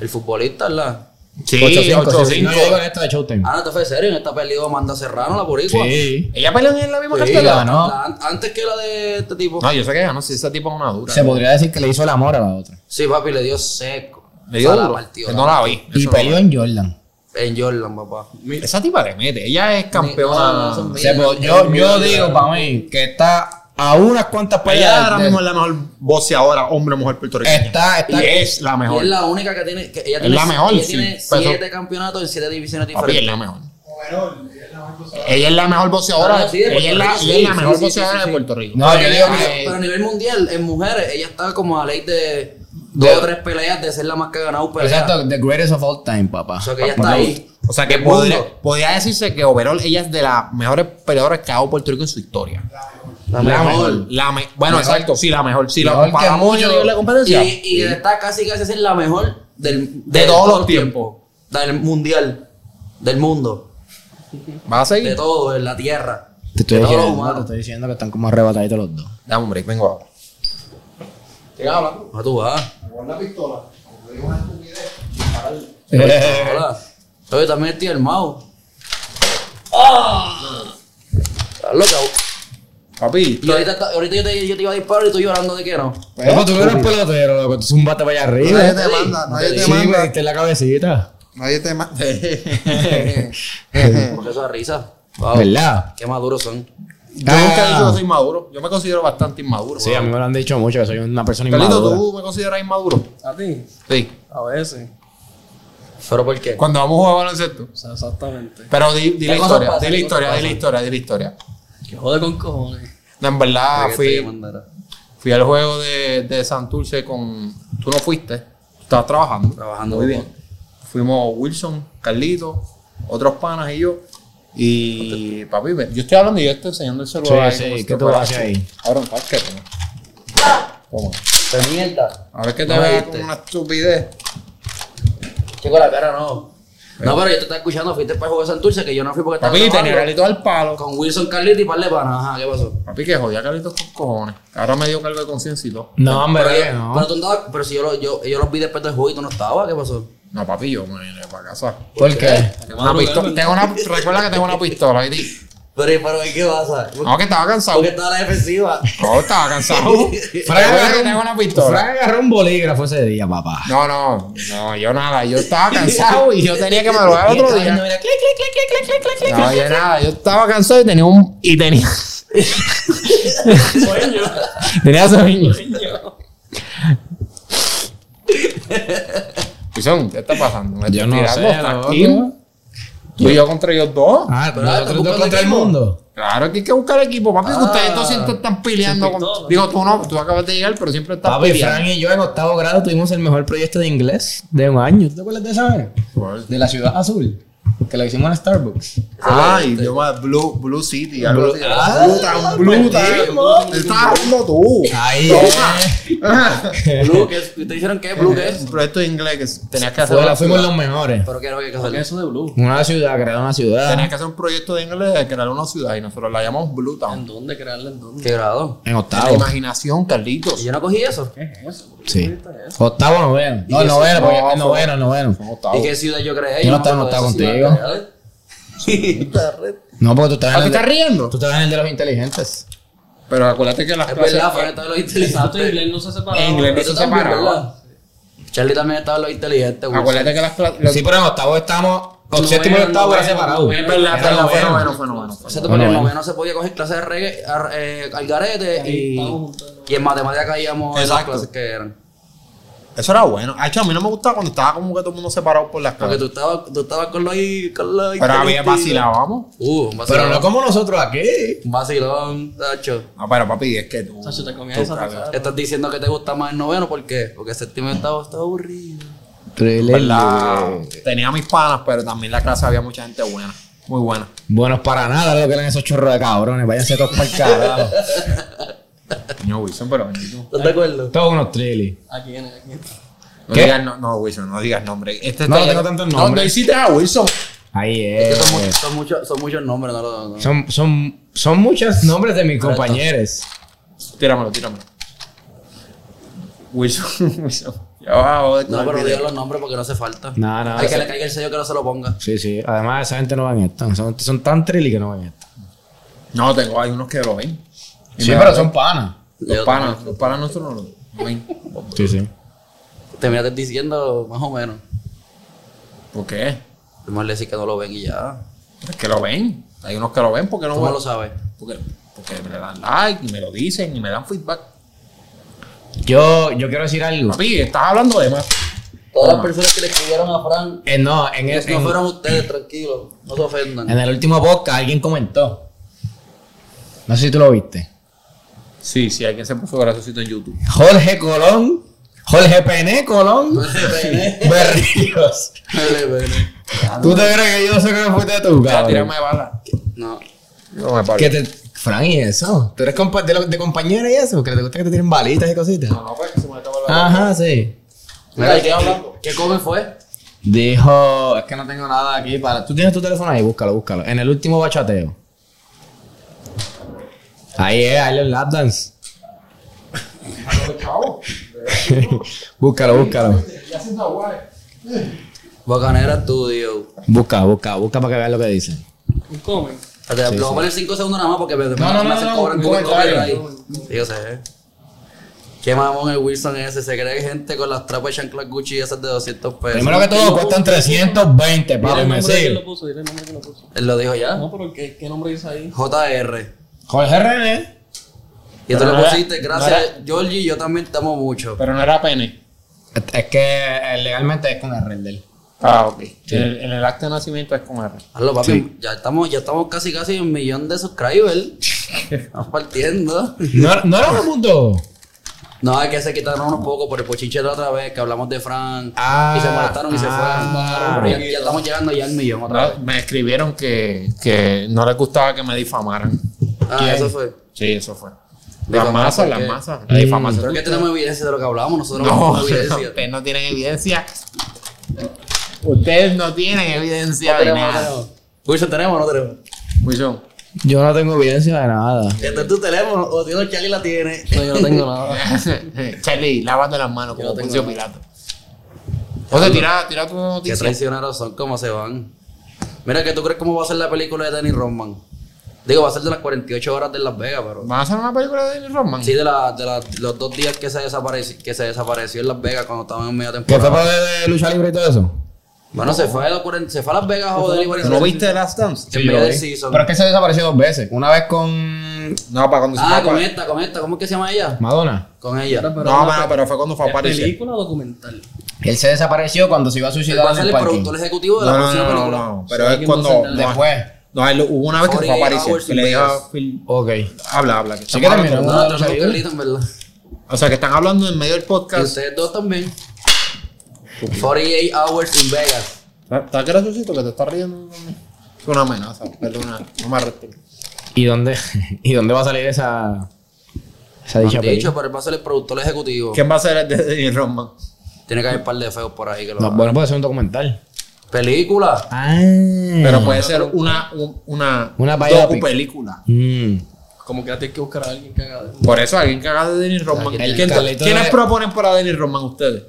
Speaker 3: el futbolista, ¿verdad?
Speaker 4: Sí,
Speaker 2: 8-5,
Speaker 4: 8-5.
Speaker 2: Pues sí, sí. No, yo digo en esto de Showtime.
Speaker 3: Ah, no, te fue serio, en esta peleó Amanda Serrano, la boricua.
Speaker 2: Sí.
Speaker 4: ¿Ella peleó en la misma
Speaker 3: Sí,
Speaker 4: cartelera?
Speaker 3: la-
Speaker 2: ganó.
Speaker 3: la- an- antes que la de este tipo.
Speaker 4: No, yo sé que ganó, si ese tipo es una dura.
Speaker 2: Se podría decir que le hizo el amor a la otra.
Speaker 3: Sí, papi, le dio seco.
Speaker 4: Le dio
Speaker 3: O sea, la
Speaker 4: duro.
Speaker 3: partió,
Speaker 4: No
Speaker 3: la-
Speaker 4: la vi. eso
Speaker 2: Y
Speaker 4: no la vi.
Speaker 2: peleó en Jordan.
Speaker 3: En Jordan, papá.
Speaker 4: Esa tipa le mete. Ella es
Speaker 3: no,
Speaker 4: campeona.
Speaker 3: no, son
Speaker 2: Se po- yo yo digo para mí que está a unas cuantas
Speaker 4: ella ahora
Speaker 2: peleas.
Speaker 4: mismo
Speaker 2: de-
Speaker 4: es la mejor boxeadora, hombre o mujer puertorriqueña.
Speaker 2: Está,
Speaker 4: y
Speaker 2: está.
Speaker 4: es la
Speaker 3: Y
Speaker 4: mejor.
Speaker 3: es la única que tiene. Que ella
Speaker 4: Es
Speaker 3: tiene
Speaker 4: la mejor,
Speaker 3: Ella
Speaker 4: sí.
Speaker 3: tiene
Speaker 4: Pero-
Speaker 3: siete campeonatos en siete divisiones
Speaker 4: Papi, es
Speaker 3: diferentes.
Speaker 4: la mejor. Ella es la mejor
Speaker 3: Ah,
Speaker 4: boxeadora.
Speaker 3: no, sí, de
Speaker 4: ella es la,
Speaker 3: Puerto Rico,
Speaker 4: ella es la
Speaker 3: sí,
Speaker 4: mejor
Speaker 3: sí, sí, sí,
Speaker 4: boxeadora
Speaker 3: sí.
Speaker 4: de Puerto Rico.
Speaker 2: No, yo digo
Speaker 3: Pero,
Speaker 2: que.
Speaker 3: pero a nivel mundial, en mujeres, ella está como a ley de dos o tres peleas de ser la más que ha ganado peleas.
Speaker 2: Exacto, the greatest of all time, papá.
Speaker 3: O sea que ella
Speaker 4: Pues
Speaker 2: Papá.
Speaker 3: está ahí.
Speaker 4: O sea que
Speaker 3: Del mundo.
Speaker 4: podría, podría decirse que overall ella es de las mejores peleadoras que ha dado Puerto Rico en su historia.
Speaker 3: La
Speaker 4: La me- bueno,
Speaker 2: Mejor.
Speaker 4: exacto, sí, la mejor. Si
Speaker 2: Mejor
Speaker 4: la
Speaker 2: que
Speaker 4: comparamos
Speaker 2: mucho.
Speaker 4: yo digo, la competencia.
Speaker 3: Y, y está casi casi a ser la mejor del,
Speaker 4: De
Speaker 3: del-
Speaker 4: todos los tiempos.
Speaker 3: Del mundial. Del mundo.
Speaker 4: ¿Va a
Speaker 3: De
Speaker 4: seguir?
Speaker 3: todo, de la tierra.
Speaker 2: Te estoy,
Speaker 3: de todos
Speaker 2: diciendo,
Speaker 3: los
Speaker 2: te
Speaker 3: humanos.
Speaker 2: estoy diciendo que están como arrebataditos los dos.
Speaker 4: Dame un break, vengo ahora.
Speaker 3: Ah, tú vas. Eh, Hola. Oye, también estoy armado. ¡Ah! Estás loca.
Speaker 4: Papi,
Speaker 3: Y ahorita, está- ahorita yo, te, yo te iba a disparar y tú llorando de que no.
Speaker 2: Loco, tú
Speaker 3: eh.
Speaker 2: eres pelotero, loco. Tú zumbaste para allá arriba.
Speaker 4: Nadie te manda, nadie te
Speaker 2: eh, Sí,
Speaker 4: manda.
Speaker 2: me diste en la cabecita.
Speaker 4: nadie te manda.
Speaker 3: Porque eso da risa.
Speaker 2: Oh.
Speaker 3: Wow.
Speaker 2: ¿Verdad?
Speaker 3: Qué maduros son.
Speaker 1: Yo nunca he dicho que soy inmaduro. Yo me considero bastante inmaduro.
Speaker 2: Sí, a mí me lo han dicho mucho, que soy una persona
Speaker 1: Carlito,
Speaker 2: inmadura.
Speaker 1: ¿tú me consideras inmaduro?
Speaker 5: ¿A ti?
Speaker 1: Sí.
Speaker 5: A veces.
Speaker 3: ¿Pero por qué?
Speaker 1: Cuando vamos a jugar baloncesto.
Speaker 5: O sea, exactamente.
Speaker 1: Pero di, di la
Speaker 3: Hay cosas
Speaker 1: historia,
Speaker 3: pasan,
Speaker 1: di la
Speaker 3: hay
Speaker 1: historia,
Speaker 3: cosas
Speaker 1: di la historia, di la historia.
Speaker 5: Que jode con cojones.
Speaker 1: No, en verdad,
Speaker 3: Porque te
Speaker 1: Ah, fui,
Speaker 3: mandara.
Speaker 1: fui al juego de, de Santurce con... Tú no fuiste, tú estabas trabajando.
Speaker 3: Trabajando,
Speaker 1: Muy
Speaker 3: papá.
Speaker 1: bien. Fuimos Wilson, Carlito, otros panas y yo. Y papi, ve- yo estoy hablando y yo estoy enseñando el celular.
Speaker 2: Sí,
Speaker 1: ahí como
Speaker 2: sí,
Speaker 1: si
Speaker 2: ¿qué
Speaker 1: te
Speaker 2: tú
Speaker 1: fuera-
Speaker 2: haces ahí?
Speaker 1: Ahora un parque, Toma.
Speaker 3: De mierda.
Speaker 1: A ver que te
Speaker 3: No me
Speaker 1: veas
Speaker 3: viste.
Speaker 1: como una estupidez.
Speaker 3: Chico, la cara no. No, pero yo te estaba escuchando, fuiste para el juego de Santurce, que yo no fui porque estaba
Speaker 1: Papi, tenía
Speaker 3: trabajando.
Speaker 1: Carlitos al palo.
Speaker 3: Con Wilson Carlito y par de panas, ajá, ¿qué pasó?
Speaker 1: Papi, que jodía a Carlitos con cojones. Ahora me dio cargo de conciencia y todo.
Speaker 2: No, hombre,
Speaker 3: pero,
Speaker 2: que
Speaker 3: yo,
Speaker 2: no.
Speaker 3: pero tú andabas- pero si yo, lo- yo, yo los vi después del juego y tú no estabas, ¿qué pasó?
Speaker 1: No, papi, yo me vine para casa.
Speaker 2: ¿Por qué?
Speaker 1: Una pistola. Tengo una, recuerda que tengo una pistola, Haití.
Speaker 3: Pero, pero ¿qué pasa? ¿Por,
Speaker 1: No, que estaba cansado.
Speaker 3: qué estaba la defensiva?
Speaker 1: No, Oh, estaba cansado.
Speaker 2: Frank
Speaker 1: Recuerda
Speaker 2: agarró
Speaker 1: que
Speaker 2: un-
Speaker 1: tengo una pistola.
Speaker 2: Frank agarró un bolígrafo ese día, papá.
Speaker 1: No, no, no, yo nada. Yo estaba cansado y yo tenía que madrugar
Speaker 2: Y
Speaker 1: otro
Speaker 2: estaba
Speaker 1: día.
Speaker 2: haciendo, mira, clic, clic, clic, clic, clic, clic, clic, clic.
Speaker 1: No, yo nada, yo estaba cansado y tenía un. Y tenía.
Speaker 5: Sueño.
Speaker 1: Tenía sueño.
Speaker 5: Sueño.
Speaker 1: Pizón, ¿qué está pasando? Me
Speaker 2: Yo no
Speaker 1: estoy
Speaker 2: sé,
Speaker 1: hasta
Speaker 2: loco.
Speaker 1: aquí. Tú y yo contra ellos dos.
Speaker 2: Ah,
Speaker 3: Pero
Speaker 2: nosotros
Speaker 3: tú
Speaker 2: dos
Speaker 3: buscas
Speaker 2: contra el
Speaker 3: equipo.
Speaker 2: mundo.
Speaker 1: Claro que hay que buscar equipo, papi. que Ustedes dos siempre están peleando.
Speaker 5: sí,
Speaker 1: con-
Speaker 5: todo.
Speaker 1: Digo, tú no, tú acabas de llegar, pero siempre estás
Speaker 2: Papi,
Speaker 1: peleando.
Speaker 2: Frank y yo en octavo grado tuvimos el mejor proyecto de inglés de un año. ¿Tú te acuerdas de esa vez?
Speaker 1: ¿Cuál?
Speaker 2: De la ciudad azul. Que lo hicimos en Starbucks.
Speaker 4: Ah,
Speaker 1: Este.
Speaker 4: idioma Blue, Blue City, algo así.
Speaker 2: Ah,
Speaker 4: Blutan, Blutan. Te estás hablando tú.
Speaker 2: Ahí, eh.
Speaker 3: Blue, ¿qué es? ¿Te dijeron qué? Blue, ¿qué es?
Speaker 4: Un proyecto de inglés que tenías que hacer.
Speaker 2: Fue- fuimos los mejores.
Speaker 3: Pero qué era que hay que
Speaker 5: ¿Qué
Speaker 3: hacer.
Speaker 5: es eso de Blue?
Speaker 2: Una ciudad, crear una ciudad.
Speaker 1: Tenías que hacer un proyecto de inglés de crear una ciudad y nosotros la llamamos Blue Town.
Speaker 5: ¿En dónde? ¿Crearla en dónde?
Speaker 3: ¿Qué grado?
Speaker 2: En
Speaker 1: La
Speaker 2: octavo.
Speaker 1: imaginación,
Speaker 3: ¿Y
Speaker 1: Carlitos.
Speaker 3: yo no cogí eso?
Speaker 5: ¿Qué es eso? ¿Por qué
Speaker 2: Sí.
Speaker 5: tú dices eso?
Speaker 2: Octavo, noveno. No,
Speaker 3: eso?
Speaker 2: noveno, porque
Speaker 1: No,
Speaker 2: el noveno, el noveno.
Speaker 1: Octavo.
Speaker 3: ¿Y qué ciudad yo creé?
Speaker 2: Yo no
Speaker 3: me
Speaker 2: estaba- no
Speaker 3: acuerdo de
Speaker 2: estaba
Speaker 3: esa ciudad, ¿verdad?
Speaker 2: No, porque tú estás
Speaker 1: Ah,
Speaker 2: en
Speaker 1: ¿te
Speaker 2: el
Speaker 1: estás
Speaker 2: de,
Speaker 1: riendo?
Speaker 2: tú estabas en el de los inteligentes.
Speaker 1: Pero acuérdate que las
Speaker 3: Es
Speaker 1: clases...
Speaker 3: verdad, fue que estaba en los
Speaker 5: Exacto,
Speaker 3: inteligentes.
Speaker 5: inglés no se separaba.
Speaker 1: Inglés no
Speaker 3: Eso
Speaker 1: se
Speaker 3: también,
Speaker 1: separaba.
Speaker 3: ¿verdad? Charlie también estaba en los inteligentes, Wilson.
Speaker 1: Acuérdate que las clases...
Speaker 2: Sí, pero en octavo estamos.
Speaker 5: Noveno,
Speaker 2: séptimo y octavo era
Speaker 5: noveno,
Speaker 2: separado.
Speaker 5: noveno.
Speaker 1: Es verdad,
Speaker 2: Era
Speaker 1: fue noveno, fue
Speaker 2: noveno.
Speaker 1: noveno, fue noveno.
Speaker 3: Exacto, porque
Speaker 2: Bueno,
Speaker 3: en
Speaker 2: bueno.
Speaker 3: noveno se podía coger clases de reggae, ar- eh, al garete
Speaker 5: Ahí
Speaker 3: y,
Speaker 5: estamos juntos, ¿no?
Speaker 3: y en matemáticas caíamos en las
Speaker 1: Exacto.
Speaker 3: clases que eran.
Speaker 4: Eso era bueno. Ah, hecho, a mí no me gustaba cuando estaba como que todo el mundo separado por las
Speaker 3: Porque
Speaker 4: calles.
Speaker 3: tú estabas, tú estabas con los con los
Speaker 4: Pero había
Speaker 3: inteligentes.
Speaker 4: vacilábamos.
Speaker 3: Uh, un
Speaker 2: Pero
Speaker 3: vacilón.
Speaker 2: no como nosotros aquí.
Speaker 3: Un vacilón, tacho.
Speaker 4: No, pero papi, es que tú.
Speaker 5: Chacho, te comías
Speaker 4: tú,
Speaker 5: esa
Speaker 4: cabrón.
Speaker 5: pasada.
Speaker 3: Estás diciendo que te gusta más el noveno, ¿por qué? Porque el séptimo y octavo está aburrido.
Speaker 4: ¿Verdad? Tenía mis panas, pero también en la clase había mucha gente buena. Muy buena.
Speaker 2: Buenos para nada lo que eran esos chorros de cabrones. Váyanse todos para el carajo.
Speaker 4: Coño, Wilson, pero bendito.
Speaker 3: ¿Estás de acuerdo?
Speaker 2: todos unos trillis.
Speaker 5: Aquí viene, aquí viene.
Speaker 4: No
Speaker 2: ¿Qué?
Speaker 4: digas, no, no, Wilson, no digas nombre. Este
Speaker 2: No,
Speaker 4: está-
Speaker 2: no tengo tantos
Speaker 4: No,
Speaker 2: nombres.
Speaker 4: no hiciste a Wilson.
Speaker 2: Ahí
Speaker 3: Es que
Speaker 2: es.
Speaker 3: son, mu- son muchos, son muchos nombres, no lo no.
Speaker 2: Eh. Son, son, son muchos nombres de mis compañeros.
Speaker 4: Tíramelo, tíramelo. Wilson, Wilson. Ya va, joder,
Speaker 3: No,
Speaker 4: con
Speaker 3: pero
Speaker 4: el
Speaker 3: digan
Speaker 4: video.
Speaker 3: los nombres porque no hace falta.
Speaker 2: No, no,
Speaker 3: Hay que
Speaker 2: eso-
Speaker 3: le caiga el sello que no se lo ponga.
Speaker 2: Sí, sí. Además, esa gente no va en esta. Son, son tan trillis que no van en esta.
Speaker 4: No, tengo, hay unos que lo ven. Y
Speaker 2: Sí,
Speaker 4: me
Speaker 2: pero
Speaker 4: lo
Speaker 2: son
Speaker 4: ven.
Speaker 2: panas.
Speaker 3: Yo
Speaker 4: Los panas, los panas nosotros no lo ven.
Speaker 2: Sí, sí.
Speaker 3: Terminaste diciendo más o menos.
Speaker 4: ¿Por qué?
Speaker 3: Más le decir que no lo ven y ya.
Speaker 4: Es que lo ven. Hay unos que lo ven porque no
Speaker 3: ¿Cómo
Speaker 4: ven.
Speaker 3: lo sabes?
Speaker 4: Porque, porque me dan like y me lo dicen y me dan feedback.
Speaker 2: Yo, yo quiero decir algo.
Speaker 4: Papi, estás hablando de más.
Speaker 3: Todas las personas que le escribieron a Fran,
Speaker 2: Eh, no, en el,
Speaker 3: no
Speaker 2: en-
Speaker 3: fueron ustedes, tranquilos, no se ofendan.
Speaker 2: en el último podcast alguien comentó. No sé si tú lo viste.
Speaker 4: Sí, sí, alguien se puso graciosito en YouTube.
Speaker 2: Jorge Colón. Jorge Pené Colón. Berríos. ¿Tú te crees que yo sé que me fuiste tú,
Speaker 4: Ya,
Speaker 2: cabrón?
Speaker 4: tírame de bala.
Speaker 3: No.
Speaker 4: No me paro.
Speaker 2: Que te... Fran, ¿y eso? ¿Tú eres compa- de, lo- de compañera y eso? ¿Que te gusta que te tiren balitas y cositas?
Speaker 4: No, pues que se me acabó la
Speaker 2: Ajá, sí.
Speaker 3: Mira, ¿qué, qué come fue?
Speaker 2: Dijo, es que no tengo nada aquí para... Tú tienes tu teléfono ahí, búscalo, búscalo. En el último bachateo. Ahí es, ahí el lap dance. búscalo, búscalo.
Speaker 3: Bocanera Studio.
Speaker 2: Busca, busca, busca para que veas lo que dice.
Speaker 5: Un comen.
Speaker 3: O sea, lo voy a poner 5 segundos nada más porque me, me,
Speaker 2: no,
Speaker 3: me
Speaker 2: no,
Speaker 3: hacen
Speaker 2: no,
Speaker 3: cobrar
Speaker 2: un
Speaker 3: con el
Speaker 2: comentario.
Speaker 3: copyright. Sí, yo sé. Qué mamón el Wilson ese. Se cree gente con las trapas de Jean-Claude Gucci esas de 200 pesos.
Speaker 2: Primero que todo, cuestan 320,
Speaker 5: Dile
Speaker 2: papi,
Speaker 5: el
Speaker 2: me
Speaker 5: nombre de quién lo
Speaker 2: sigue.
Speaker 5: puso, dile el nombre de quién lo puso.
Speaker 3: Él lo dijo ya.
Speaker 5: No, pero ¿qué, qué nombre dice ahí?
Speaker 3: JR.
Speaker 2: Jorge René.
Speaker 3: Y tú
Speaker 2: Pero
Speaker 3: le
Speaker 2: no era-
Speaker 3: pusiste,
Speaker 2: no
Speaker 3: gracias, Georgie, yo también te amo mucho.
Speaker 4: Pero no era pene.
Speaker 2: Es es que eh, legalmente es con el render.
Speaker 4: Ah, ok. El, en el acto de nacimiento es con R.
Speaker 3: Hazlo, papi. Ya, estamos, ya estamos casi casi un millón de subscribers. Estamos partiendo.
Speaker 2: ¿No, no era Raimundo?
Speaker 3: No, hay que se quitaron unos pocos por el pochinche de la otra vez que hablamos de Frank.
Speaker 2: Ah,
Speaker 3: y se molestaron y se
Speaker 2: ah.
Speaker 3: fueron. Pero ya, ya estamos llegando ya al millón otra vez.
Speaker 4: Me escribieron que, que no les gustaba que me difamaran.
Speaker 3: Ah,
Speaker 2: ¿Quién?
Speaker 3: eso fue.
Speaker 4: Sí, eso fue. Las
Speaker 3: Difamaron
Speaker 4: masas,
Speaker 3: porque-
Speaker 4: las masas. La difamación.
Speaker 3: Creo que tenemos evidencia de lo que hablábamos. Nosotros no,
Speaker 4: No,
Speaker 3: tenemos evidencia.
Speaker 4: ustedes no tienen evidencia. Ustedes no tienen evidencia de
Speaker 3: tenemos, no
Speaker 4: nada.
Speaker 3: tenemos. Wilson, ¿tenemos o no tenemos?
Speaker 4: Wilson,
Speaker 2: Yo no tengo evidencia de nada.
Speaker 3: Ya está en Este tu teléfono. O si no, Charlie la tiene.
Speaker 5: No, yo no tengo
Speaker 3: Ah.
Speaker 5: nada.
Speaker 4: Charlie, lávate las manos
Speaker 5: no
Speaker 4: como
Speaker 5: tengo
Speaker 4: Poncio Pilato. O sea, tira, tira tu
Speaker 3: Qué
Speaker 4: noticia.
Speaker 3: traicioneros son, cómo se van. Mira, que tú crees cómo va a ser la película de Danny Rodman? Digo, va a ser de las 48 horas de Las Vegas, pero...
Speaker 4: ¿Van a hacer una película de Danny
Speaker 5: Mm.
Speaker 4: Rodman?
Speaker 3: Sí, de, la- de la- los dos días que se, desapareció, que se desapareció en Las Vegas cuando estaban en media
Speaker 2: ¿Qué fue
Speaker 3: temporada.
Speaker 2: para de, de lucha libre y todo eso?
Speaker 3: Bueno, se fue, a los 40 se fue a Las Vegas a joder y parece-
Speaker 2: viste Last Dance?
Speaker 3: En medio del season.
Speaker 2: Pero es que se desapareció dos veces. Una vez con. No, para cuando
Speaker 3: Ah,
Speaker 2: fue
Speaker 3: con
Speaker 2: a-
Speaker 3: esta, con esta. ¿Cómo es que se llama ella?
Speaker 2: Madonna.
Speaker 3: Con ella.
Speaker 5: Pero
Speaker 4: No,
Speaker 5: una
Speaker 4: mano,
Speaker 5: pe-
Speaker 4: pero fue cuando fue a
Speaker 5: ¿Es
Speaker 4: aparecer.
Speaker 5: película o documental?
Speaker 2: Él se desapareció cuando se iba a
Speaker 3: Él
Speaker 2: suicidar
Speaker 3: va a
Speaker 2: en
Speaker 3: ser
Speaker 2: el
Speaker 3: el
Speaker 2: parking.
Speaker 3: productor ejecutivo
Speaker 4: No,
Speaker 3: de la
Speaker 4: no,
Speaker 3: próxima
Speaker 4: no, no,
Speaker 3: película.
Speaker 4: no, Pero
Speaker 5: Alguien
Speaker 4: es cuando.
Speaker 5: entonces,
Speaker 4: No,
Speaker 2: Después.
Speaker 4: no, él- hubo una vez que se fue a
Speaker 3: Forty eight
Speaker 4: aparecer.
Speaker 3: hours
Speaker 4: Que le
Speaker 3: in
Speaker 4: dijo a
Speaker 3: Vegas.
Speaker 4: Phil-
Speaker 2: Ok.
Speaker 4: Habla, habla. que
Speaker 2: Sí,
Speaker 4: estamos
Speaker 2: que terminó.
Speaker 4: hablando-
Speaker 3: No, no,
Speaker 2: ¿Lucha
Speaker 3: no,
Speaker 2: libre?
Speaker 3: Carlito, en verdad.
Speaker 4: O sea, que están hablando en medio del
Speaker 3: Y
Speaker 4: podcast.
Speaker 3: ustedes dos también. 48 hours in Vegas.
Speaker 4: ¿Estás graciosito que te estás riendo? Es una amenaza, perdona, no me arrestes.
Speaker 2: ¿Y dónde, ¿Y dónde va a salir esa. Esa
Speaker 3: Lo
Speaker 2: dicha
Speaker 3: han dicho,
Speaker 2: película?
Speaker 3: pero él va a ser el productor ejecutivo.
Speaker 4: ¿Quién va a ser el de Danny Rodman?
Speaker 3: Tiene que haber un par de feos por ahí que lo
Speaker 2: No,
Speaker 3: hagan.
Speaker 2: bueno, puede ser un documental.
Speaker 3: Película.
Speaker 2: Ah.
Speaker 4: Pero puede ser una, un- una,
Speaker 2: Una biopic.
Speaker 4: película.
Speaker 2: Mm.
Speaker 5: Como que ya tienes que buscar a alguien que haga de-
Speaker 4: Por eso alguien que haga de Danny Rodman.
Speaker 2: El
Speaker 4: ¿Quién-
Speaker 2: Carlito
Speaker 4: ¿Quiénes
Speaker 2: de-
Speaker 4: proponen para Danny Rodman ustedes?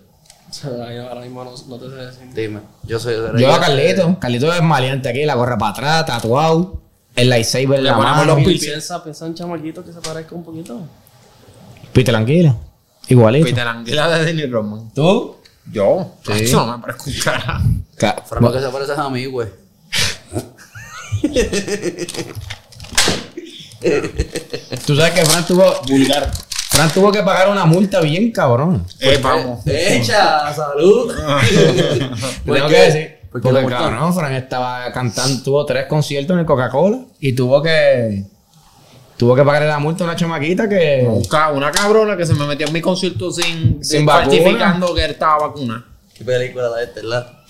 Speaker 5: O sea, Ahora mismo no, no te sé decir.
Speaker 3: Dime, yo soy de
Speaker 2: Yo a Carlito. Carlito es maleante aquí, la gorra para atrás, tatuado. El lightsaber en
Speaker 4: Le
Speaker 2: la
Speaker 4: ponemos
Speaker 2: mano.
Speaker 4: los
Speaker 2: Los...
Speaker 4: pi-
Speaker 5: Piensa, piensa en chamaquito que se parezca un poquito.
Speaker 2: Peter Anguila. Igualito.
Speaker 4: Peter Anguila de Danny Rodman.
Speaker 2: ¿Tú?
Speaker 4: Yo.
Speaker 2: Sí.
Speaker 4: Eso no me parece un carajo.
Speaker 2: Ca-
Speaker 3: Franco que se parece a mí, güey.
Speaker 2: Tú sabes que Fran tuvo. Vulgar. Fran tuvo que pagar una multa bien cabrón.
Speaker 4: Eh, vamos.
Speaker 3: ¡Echa! ¡Salud!
Speaker 2: Te tengo
Speaker 3: ¿Por
Speaker 2: que
Speaker 3: qué?
Speaker 2: decir.
Speaker 3: ¿Por qué
Speaker 2: Porque,
Speaker 3: la multa?
Speaker 2: cabrón, Fran estaba cantando, tuvo tres conciertos en el Coca-Cola y tuvo que. Tuvo que pagarle la multa a una chamaquita que.
Speaker 4: Busca una cabrona que se me metió en mi concierto sin,
Speaker 2: Sin
Speaker 4: sin
Speaker 2: vacuna.
Speaker 4: certificando que estaba vacuna.
Speaker 3: ¿Qué película la de este, verdad?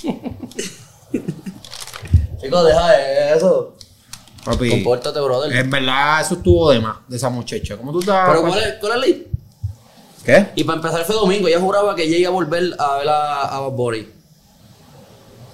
Speaker 3: Chicos, deja eso.
Speaker 4: Papi.
Speaker 3: Compórtate, brother.
Speaker 4: En verdad, eso estuvo de más de esa muchacha. ¿Cómo tú estás?
Speaker 3: Pero ¿cuál es, ¿cuál es la ley?
Speaker 4: ¿Qué?
Speaker 3: Y para empezar fue domingo. Ella juraba que ella iba a volver a ver a, a Bad Bunny.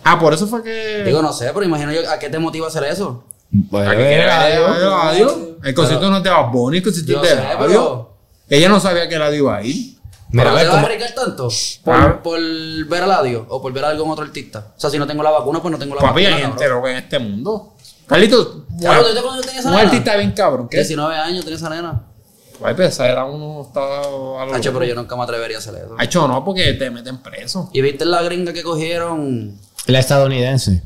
Speaker 4: Ah, por eso fue que.
Speaker 3: Digo, no sé, pero imagino yo a qué te motiva hacer eso.
Speaker 2: Pues,
Speaker 4: ¿A qué
Speaker 2: eh,
Speaker 4: quieres?
Speaker 2: adiós.
Speaker 4: Adiós, adiós. El concierto no te va a Bonnie, el concierto
Speaker 3: Yo
Speaker 4: te
Speaker 3: sé,
Speaker 4: va
Speaker 3: pero-
Speaker 4: Ella no sabía que la iba a ir.
Speaker 2: Mira,
Speaker 3: ¿Pero
Speaker 2: a ver
Speaker 3: te vas a
Speaker 2: cómo.
Speaker 3: arriesgar tanto? Por,
Speaker 4: Ah.
Speaker 3: por ver a Ladio o por ver a algún otro artista. O sea, si no tengo la vacuna, pues no tengo la
Speaker 4: Papi, hay
Speaker 3: vacuna.
Speaker 4: gente loca en este mundo. Carlitos,
Speaker 3: Claro, ¿tú
Speaker 4: bueno,
Speaker 3: te cuando yo tenía esa
Speaker 4: un
Speaker 3: nena?
Speaker 4: artista bien cabrón. ¿Qué?
Speaker 3: 19 años tenía esa nena.
Speaker 4: Ay, pues, esa era uno estaba a lo
Speaker 3: Hacho,
Speaker 4: loco.
Speaker 3: pero yo nunca me atrevería a hacer eso.
Speaker 4: Ay, cho, no, porque te meten preso.
Speaker 3: Y viste la gringa que cogieron.
Speaker 2: La estadounidense.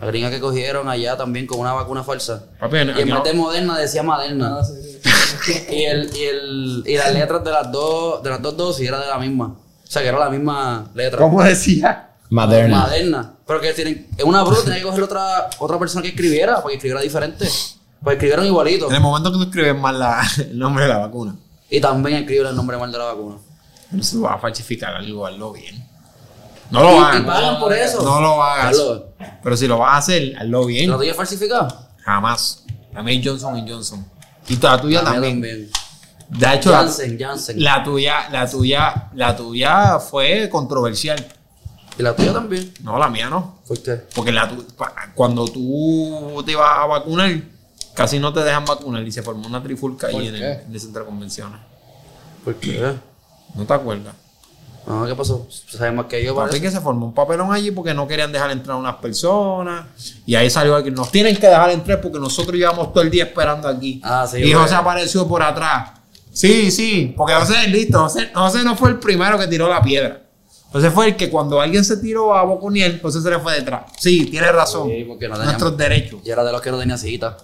Speaker 3: La gringa que cogieron allá también con una vacuna falsa.
Speaker 4: Papi,
Speaker 3: Y en
Speaker 4: no-
Speaker 3: vez de Moderna decía Maderna.
Speaker 5: Ah, sí, sí, sí.
Speaker 3: Y, el, y, el, y las letras de las dos de las dos dosis era de la misma. O sea, que era la misma letra.
Speaker 4: ¿Cómo decía?
Speaker 2: Moderna.
Speaker 3: Ah, Maderna. Pero que tienen, es una bruta, tenía que coger otra, otra persona que escribiera, porque escribiera diferente. Pues escribieron igualito.
Speaker 4: En el momento que tú escribes mal la- el nombre de la vacuna,
Speaker 3: Y también escribieron el nombre mal de la vacuna.
Speaker 4: no se va a falsificar algo, hazlo bien. No lo
Speaker 3: y, y
Speaker 4: hagan.
Speaker 3: pagan por eso.
Speaker 4: No lo hagas.
Speaker 3: Hazlo.
Speaker 4: Pero si lo vas a hacer, hazlo bien.
Speaker 3: ¿Lo tuyo es falsificado?
Speaker 4: Jamás. También Johnson Johnson. Y la tuya
Speaker 3: A mí
Speaker 4: también.
Speaker 3: también.
Speaker 4: De hecho, la,
Speaker 3: Janssen, Janssen.
Speaker 4: la tuya, la tuya, la tuya fue controversial.
Speaker 3: Y la tuya también.
Speaker 4: No, la mía no.
Speaker 3: ¿Por qué?
Speaker 4: Porque la tu- pa- cuando tú te vas a vacunar, casi no te dejan vacunar y se formó una trifulca ahí en el, en el centro de convenciones.
Speaker 3: ¿Por qué?
Speaker 4: ¿No te acuerdas?
Speaker 3: No, ¿qué pasó? Sabes más que yo,
Speaker 4: Papi,
Speaker 3: parece.
Speaker 4: que se formó un papelón allí porque no querían dejar entrar a unas personas. Y ahí salió alguien. Nos tienen que dejar entrar porque nosotros llevamos todo el día esperando aquí.
Speaker 3: Ah, sí,
Speaker 4: y
Speaker 3: bueno.
Speaker 4: José apareció por atrás. Sí, sí. Porque José, listo. José, José no fue el primero que tiró la piedra. José fue el que cuando alguien se tiró a Bocuniel, José se le fue detrás. Sí, tiene razón.
Speaker 3: Sí, porque no teníamos-
Speaker 4: Nuestros derechos.
Speaker 3: Yo era de los que no tenía cita.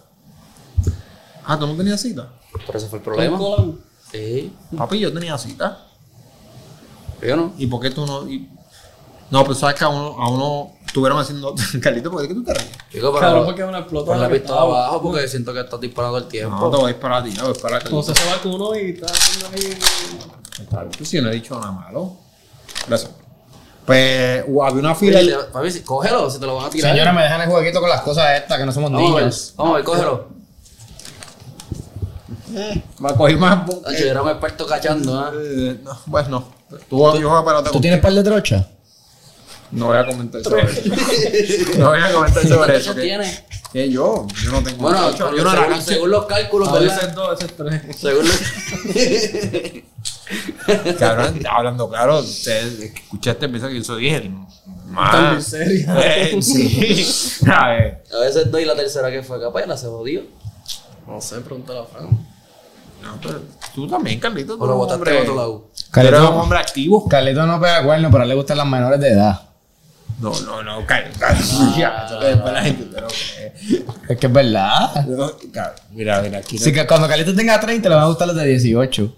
Speaker 4: Ah, ¿tú no tenías cita?
Speaker 3: Por eso fue el
Speaker 5: ¿Con
Speaker 3: problema.
Speaker 5: Colón?
Speaker 3: Sí,
Speaker 4: Papi, yo tenía cita.
Speaker 3: yo no.
Speaker 4: ¿Y por qué tú no? y- No, pues sabes que a uno, a uno estuvieron haciendo... Carlito, ¿por qué tú te ríes?
Speaker 3: Digo, pero
Speaker 5: Cabrón, porque es una explotada.
Speaker 3: pon la
Speaker 5: que
Speaker 3: pistola
Speaker 5: estaba.
Speaker 3: abajo porque siento que estás disparando el tiempo.
Speaker 4: No, te voy a disparar a ti, te voy a disparar a Carlito.
Speaker 5: Entonces se va con uno y está haciendo ahí.
Speaker 4: Yo sí no he dicho nada malo. Gracias. Pues u- había una fila.
Speaker 3: Oye, papi, si- cógelo, si te lo van a tirar.
Speaker 2: Señora, me dejan el jueguito con las cosas estas, que no somos
Speaker 3: vamos a ver,
Speaker 2: niños.
Speaker 3: vamos a ver, cógelo.
Speaker 4: Va a coger más. bo-
Speaker 3: Nacho, yo era un experto cachando, ¿ah?
Speaker 4: Eh, no, pues no. Tú, yo juego a pelota
Speaker 2: ¿Tú
Speaker 4: con-
Speaker 2: tienes par de trochas?
Speaker 4: No voy a comentar sobre eso. No voy a comentar sobre eso.
Speaker 3: ¿Cuántos
Speaker 4: que-
Speaker 3: tienes?
Speaker 4: que yo? Yo no tengo.
Speaker 3: Bueno,
Speaker 4: mucho.
Speaker 3: por-
Speaker 4: yo no era
Speaker 3: según,
Speaker 4: cancha.
Speaker 3: según los cálculos,
Speaker 5: No, ese
Speaker 3: ¿verdad?
Speaker 5: es dos, ese es tres.
Speaker 3: Según los...
Speaker 4: Cabrón, hablando claro, ustedes escuchaste, piensa que yo soy bien.
Speaker 5: Tan
Speaker 4: Ah,
Speaker 5: miseria.
Speaker 4: eh, sí. A ver.
Speaker 3: A veces doy la tercera que fue capaz, la se jodió.
Speaker 5: No sé, pregúntale a Fran.
Speaker 4: No, pero tú también, Carlito. tú
Speaker 3: O lo
Speaker 4: eres un
Speaker 3: botaste
Speaker 4: hombre-
Speaker 3: a otro lado.
Speaker 4: tú eres
Speaker 2: Carlito-
Speaker 4: un hombre activo.
Speaker 2: Carlito no pega cuerno, pero a él le gustan las menores de edad.
Speaker 4: No, no, no, Carlito.
Speaker 3: Ah,
Speaker 4: Ya, eso es para la gente, pero, eh,
Speaker 2: Es que es verdad.
Speaker 4: Yo- cabrón, Mira, mira, aquí no-
Speaker 2: Así que cuando Carlito tenga 30, le van a gustar los de 18.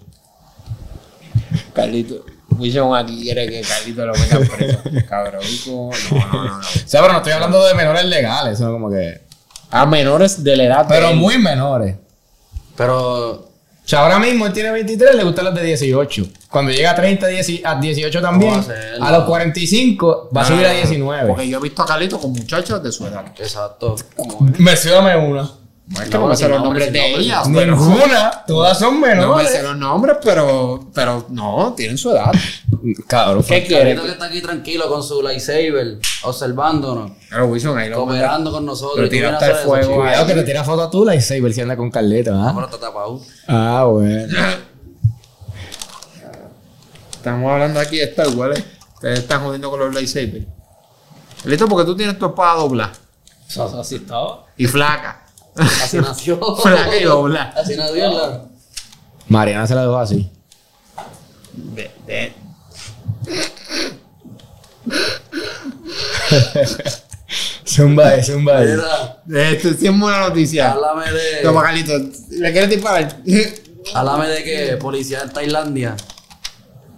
Speaker 4: Carlito. Wilson aquí quiere que Carlito lo meta preso. Cabrón. No, no, no, no.
Speaker 2: O sea, pero no estoy hablando de menores legales, sino como que.
Speaker 4: A menores de la edad. de
Speaker 2: Pero
Speaker 4: él.
Speaker 2: muy menores.
Speaker 3: Pero
Speaker 2: O sea, ahora mismo él tiene 23, le gustan los de 18. Cuando llega a 30, dieci- a 18
Speaker 3: No
Speaker 2: también,
Speaker 3: va a ser,
Speaker 2: a
Speaker 3: no.
Speaker 2: los 45 va a
Speaker 4: No,
Speaker 2: subir
Speaker 4: no,
Speaker 2: a
Speaker 4: no, no,
Speaker 2: 19.
Speaker 4: Porque yo he visto a Carlito con muchachos de su edad.
Speaker 3: Exacto.
Speaker 2: Mencióname una.
Speaker 4: No es que
Speaker 3: No,
Speaker 4: no me sé
Speaker 3: sin
Speaker 4: los
Speaker 3: nombres,
Speaker 4: nombres
Speaker 3: sin
Speaker 4: de
Speaker 3: nombres.
Speaker 4: ellas. pero-
Speaker 2: Ninguna. Todas son
Speaker 4: Ah, No me
Speaker 2: menores.
Speaker 4: sé los nombres, pero, pero no, tienen su edad.
Speaker 2: Cabrón.
Speaker 4: ¿Qué quieres?
Speaker 3: Carlito que está aquí tranquilo con su lightsaber, observándonos,
Speaker 4: Pero Wilson ahí lo manda.
Speaker 3: cooperando con nosotros.
Speaker 4: Pero
Speaker 3: y tú
Speaker 4: tiene
Speaker 3: vienes
Speaker 4: hasta
Speaker 3: a
Speaker 4: el
Speaker 3: hacer eso,
Speaker 4: fuego
Speaker 3: chico.
Speaker 4: ahí.
Speaker 2: Cuidado que te tira foto a tú, la Isabel, si anda con Carlito, ¿ah?
Speaker 3: Ahora está tapado.
Speaker 2: Ah, bueno.
Speaker 4: Estamos hablando aquí de Star Wars. ¿eh? Ustedes están jodiendo con los lightsabers. Listo, porque tú tienes tu espada doblar
Speaker 5: O sea, así estaba.
Speaker 4: y flaca.
Speaker 3: Así nació.
Speaker 4: Flaca y doblar.
Speaker 3: Así nació. la-
Speaker 2: Mariana se la dejó así. Zumba, eh, zumba. eh.
Speaker 3: Mira,
Speaker 4: Esto sí es buena noticia.
Speaker 3: háblame
Speaker 4: Toma,
Speaker 3: de.
Speaker 4: Carlito, ¿le quieres disparar?
Speaker 3: Háblame de que policía en Tailandia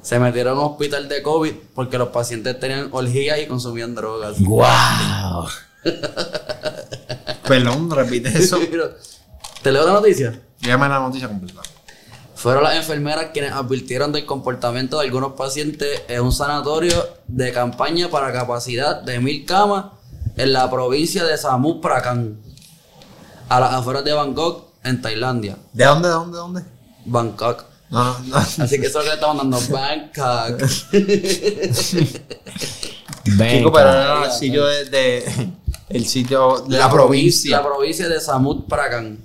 Speaker 3: se metieron a un hospital de COVID porque los pacientes tenían orgías y consumían drogas.
Speaker 2: ¡Wow!
Speaker 4: Perdón, repite eso.
Speaker 3: Mira, ¿Te leo la noticia?
Speaker 4: Llama la noticia completa.
Speaker 3: Fueron las enfermeras quienes advirtieron del comportamiento de algunos pacientes en un sanatorio de campaña para capacidad de mil camas en la provincia de Samut Prakan, a las afueras de Bangkok, en Tailandia.
Speaker 4: ¿De dónde, de dónde, de dónde?
Speaker 3: Bangkok.
Speaker 4: No, no, no.
Speaker 3: Así que eso es lo que le estamos dando. Bangkok.
Speaker 2: Ven.
Speaker 4: Chico, pero era el sitio de, de- El sitio de la, provincia.
Speaker 3: La provincia de Samut Prakan.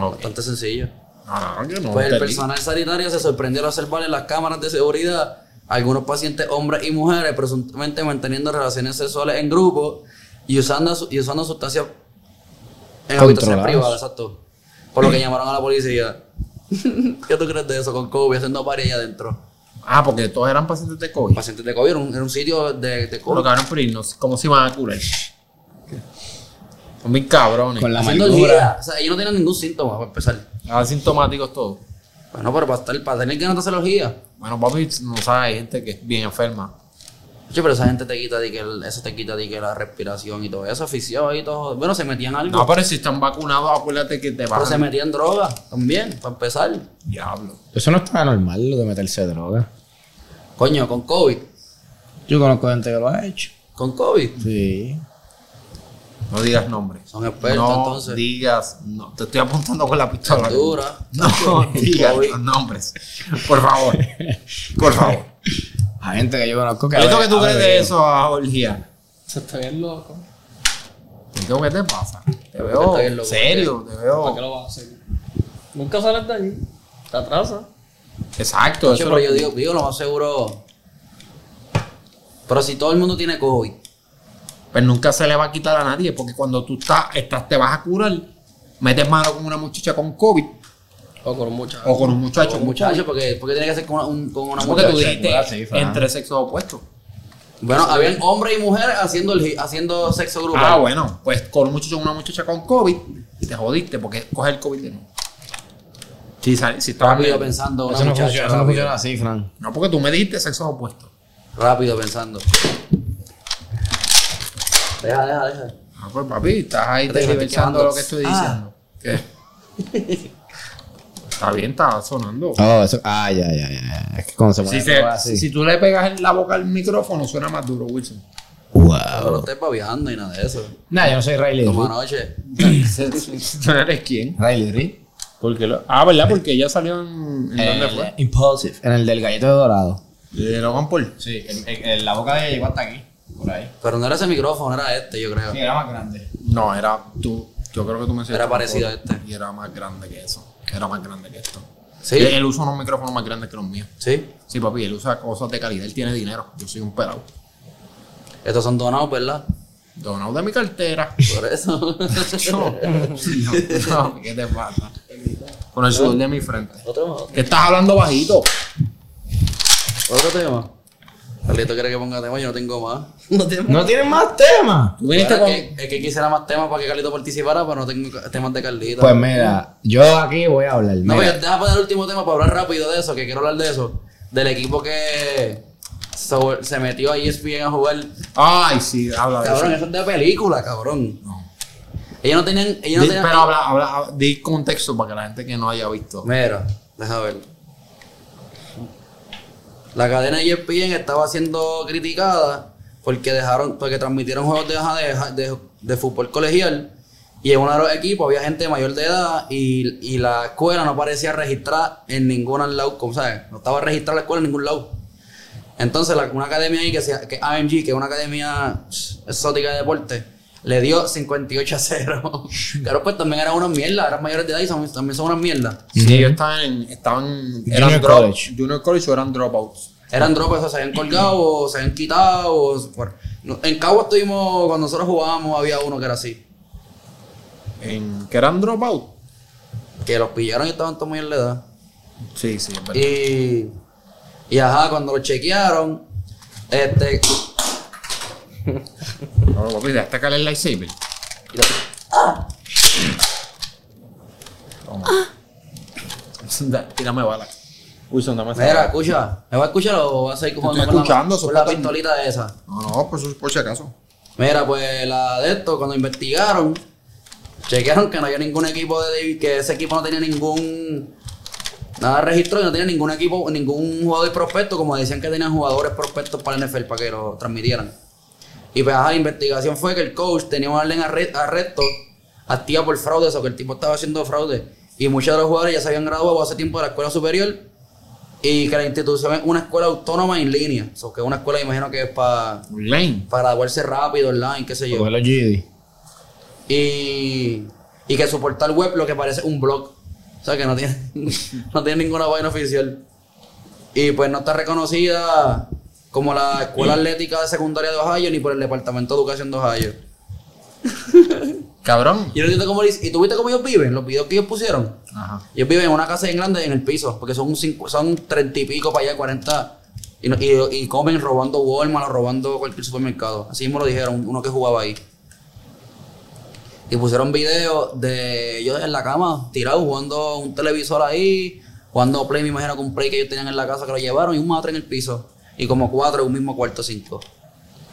Speaker 4: Ok.
Speaker 3: Bastante sencillo.
Speaker 4: Ah, yo no
Speaker 3: Pues el
Speaker 4: entendí.
Speaker 3: personal sanitario se sorprendió al observar en las cámaras de seguridad algunos pacientes, hombres y mujeres, presuntamente manteniendo relaciones sexuales en grupo y usando, su- y usando sustancias en habitaciones
Speaker 2: Controladas.
Speaker 3: privadas, exacto. Por lo que llamaron a la policía. ¿Qué tú crees de eso con COVID? Haciendo party allá adentro.
Speaker 4: Ah, porque todos eran pacientes de COVID.
Speaker 3: Pacientes de COVID, era un, era un sitio de, de
Speaker 4: Lo
Speaker 3: COVID.
Speaker 4: cabrón por irnos. ¿Cómo se iban a curar? Son bien cabrones.
Speaker 2: Con la
Speaker 3: Haciendo
Speaker 2: amargura.
Speaker 3: orgía. O sea, ellos no tienen ningún síntoma para empezar.
Speaker 4: Asintomáticos todos.
Speaker 3: Bueno, pero para, estar, para tener que no te hacer orgía.
Speaker 4: Bueno, papi, no sabes, hay gente que es bien enferma.
Speaker 3: Oye, pero esa gente te quita de que el- eso te quita de que la respiración y todo eso, afición y todo. Bueno, se metían algo.
Speaker 4: No, pero si están vacunados, acuérdate que te
Speaker 3: pero Pues se
Speaker 4: bajan.
Speaker 3: metían droga también, para empezar.
Speaker 4: Diablo.
Speaker 2: Eso no está normal, lo de meterse droga.
Speaker 3: Coño, con COVID.
Speaker 2: Yo conozco gente que lo ha hecho.
Speaker 3: Con COVID.
Speaker 2: Sí.
Speaker 4: No digas nombres.
Speaker 3: Son expertos,
Speaker 4: no
Speaker 3: entonces.
Speaker 4: digas, no, te estoy apuntando con la pistola.
Speaker 3: Dura.
Speaker 4: No digas
Speaker 3: COVID.
Speaker 4: los nombres. Por favor. Por favor.
Speaker 2: Hay gente que yo conozco que.
Speaker 4: Esto
Speaker 2: ha-
Speaker 4: que tú
Speaker 2: ha
Speaker 4: crees de
Speaker 2: bebido.
Speaker 4: eso, a Orgía.
Speaker 5: Se está bien loco.
Speaker 4: Esto, ¿Qué te pasa? Te
Speaker 3: Está bien
Speaker 4: veo
Speaker 3: loco,
Speaker 4: serio, te
Speaker 5: ¿Para qué
Speaker 4: veo.
Speaker 5: lo vas a hacer? Nunca sales de allí. Te atrasas.
Speaker 4: Exacto,
Speaker 3: Oye,
Speaker 4: eso
Speaker 3: pero
Speaker 4: es
Speaker 3: yo
Speaker 4: lo-
Speaker 3: digo, digo, lo más seguro. Pero si todo el mundo tiene COVID,
Speaker 4: Pues nunca se le va a quitar a nadie, porque cuando tú estás, estás te vas a curar, metes mano con una muchacha con COVID
Speaker 5: O con muchas.
Speaker 4: o con un muchacho con
Speaker 3: muchachos,
Speaker 4: COVID.
Speaker 3: porque, porque tiene que ser con una, un- con una
Speaker 4: Porque
Speaker 3: mujer.
Speaker 4: tú dijiste
Speaker 2: Muchacha, sí, Fran.
Speaker 4: entre sexos opuestos.
Speaker 3: Bueno, habían hombres y mujeres haciendo, el, gi- haciendo sexo grupal.
Speaker 4: Ah, bueno, pues con un muchacho una muchacha con COVID y te jodiste porque coge el COVID de nuevo. Si, sal- si estabas
Speaker 3: Rápido
Speaker 4: bien.
Speaker 3: pensando, una
Speaker 2: Eso no,
Speaker 3: muchacha,
Speaker 2: funciona, eso no
Speaker 3: rápido,
Speaker 2: funciona así, Fran.
Speaker 4: No, porque tú me dijiste sexos opuestos.
Speaker 3: rápido pensando. Deja, deja, deja.
Speaker 4: Ah, pues papi, estás ahí
Speaker 3: Pero te estoy
Speaker 4: tergiversando
Speaker 3: quedando-
Speaker 4: lo que estoy
Speaker 3: Ah.
Speaker 4: diciendo. ¿Qué? está bien, está sonando.
Speaker 2: Oh, eso. Ah, ya, ya, ya. Es que cuando se
Speaker 4: Si,
Speaker 2: pone
Speaker 4: se-
Speaker 2: todo así.
Speaker 4: si tú le pegas en la boca al micrófono, suena más duro, Wilson.
Speaker 3: Pero no
Speaker 2: Wow.
Speaker 3: estés babeando y nada de eso.
Speaker 2: Nah, yo no soy Riley
Speaker 3: Como
Speaker 2: Reid.
Speaker 3: anoche.
Speaker 4: ¿Tú eres quién?
Speaker 2: Riley Reid.
Speaker 4: Porque lo- ah, ¿verdad? Porque ella salió en. ¿En dónde
Speaker 2: El-
Speaker 4: fue?
Speaker 2: Impulsive. En el del galleto de dorado.
Speaker 4: Eh, De Logan Paul.
Speaker 2: Sí, la boca de ella llegó hasta aquí. Por ahí.
Speaker 3: Pero no era ese micrófono, era este, yo creo.
Speaker 2: era más grande.
Speaker 4: Eh, No, era tú. Yo creo que tú me enseñaste
Speaker 3: Era
Speaker 4: una
Speaker 3: parecido
Speaker 4: foto
Speaker 3: a este.
Speaker 4: Y era más grande que eso. Era más grande que esto.
Speaker 3: Sí.
Speaker 4: Él, él usa unos micrófonos más grandes que los míos.
Speaker 3: Sí.
Speaker 4: Sí, papi, él usa cosas de calidad. Él tiene dinero. Yo soy un pelado.
Speaker 3: Estos son donados, ¿verdad?
Speaker 4: Donado de mi cartera.
Speaker 3: Por eso.
Speaker 4: No, no, no, ¿qué te pasa? Con el sudor de mi frente.
Speaker 3: Otro,
Speaker 4: Que estás hablando bajito.
Speaker 3: otro tema. Carlito quiere que ponga tema, yo no tengo más.
Speaker 2: ¡No tienen más temas!
Speaker 4: Tú viniste
Speaker 3: Claro,
Speaker 4: con.
Speaker 3: es, que, es que quisiera más temas para que Carlito participara, pero no tengo ca- temas de Carlito.
Speaker 2: Pues mira, yo aquí voy a hablar.
Speaker 3: no,
Speaker 2: mira.
Speaker 3: pero deja para el último tema para hablar rápido de eso, que quiero hablar de eso. Del equipo que so- se metió a E ESPN a jugar.
Speaker 4: Ay, sí, habla de
Speaker 3: Cabrón,
Speaker 4: eso.
Speaker 3: eso es de película, cabrón. Ellos no tenían. Ellos no
Speaker 4: Di-
Speaker 3: tenían
Speaker 4: pero habla, habla, habla- di contexto para que la gente que no haya visto.
Speaker 3: Mira, deja ver. La cadena E ESPN estaba siendo criticada porque dejaron, porque transmitieron juegos de, ajá, de, de- de fútbol colegial y en uno de los equipos había gente mayor de edad y, y la escuela no parecía registrar en ningún lado, como sabes, no estaba registrada la escuela en ningún lado. Entonces, la- una academia ahí que se que AMG, que es una academia exótica de deporte, le dio 58 a 0. claro, pues también eran unas mierdas, eran mayores de edad y son- también son unas mierdas.
Speaker 4: Sí, ellos estaban en. Estaban, eran
Speaker 2: Junior
Speaker 4: drop-
Speaker 2: college.
Speaker 4: Junior College o eran dropouts.
Speaker 3: Eran drogas, o se habían colgado, o se habían quitado. o- bueno, no- en Cabo estuvimos, cuando nosotros jugábamos, había uno que era así.
Speaker 4: En, ¿Que eran dropouts?
Speaker 3: Que los pillaron y estaban todos muy en la edad.
Speaker 4: Sí, sí, es verdad.
Speaker 3: Y, y ajá, cuando los chequearon, este.
Speaker 4: No, papi, dejaste caer el lightsaber. Toma. Da- Tírame bala. Wilson, dame esa
Speaker 3: Mira,
Speaker 4: bala.
Speaker 3: escucha, ¿me va a escuchar o va a seguir jugando con la-
Speaker 4: escuchando,
Speaker 3: con la,
Speaker 4: soporta-
Speaker 3: pistolita esa?
Speaker 4: No, no, por, su- por si acaso.
Speaker 3: Mira, pues la de esto, cuando investigaron, chequearon que no había ningún equipo de que ese equipo no tenía ningún nada registrado, y no tenía ningún equipo, ningún jugador prospecto, como decían que tenían jugadores prospectos para el NFL para que lo transmitieran. Y pues ajá, la investigación fue que el coach tenía una orden arre- arresto activa por fraude, o sea que el tipo estaba haciendo fraude. Y muchos de los jugadores ya se habían graduado hace tiempo de la escuela superior y que la institución es una escuela autónoma en línea. O sea, que es una escuela, imagino que es para
Speaker 4: Lane.
Speaker 3: para graduarse rápido online, qué sé yo.
Speaker 2: Coge los GD.
Speaker 3: Y, y que su portal web lo que parece un blog. O sea, que no tiene, no tiene ninguna vaina oficial. Y pues no está reconocida como la escuela atlética de secundaria de Ohio ni por el departamento de educación de Ohio.
Speaker 4: Cabrón.
Speaker 3: Yo no entiendo cómo le hice- ¿Y tú viste cómo ellos viven? Los videos que ellos pusieron.
Speaker 4: Ajá.
Speaker 3: Ellos viven en una casa bien grande en el piso, porque son un cincu- son treinta y pico para allá, 40. Y, no- y- y comen robando Walmart o robando cualquier supermercado. Así mismo lo dijeron, uno que jugaba ahí. Y pusieron videos de ellos en la cama, tirados, jugando un televisor ahí, jugando play, me imagino que un play que ellos tenían en la casa que lo llevaron, y un matre en el piso. Y como cuatro en un mismo cuarto, cinco.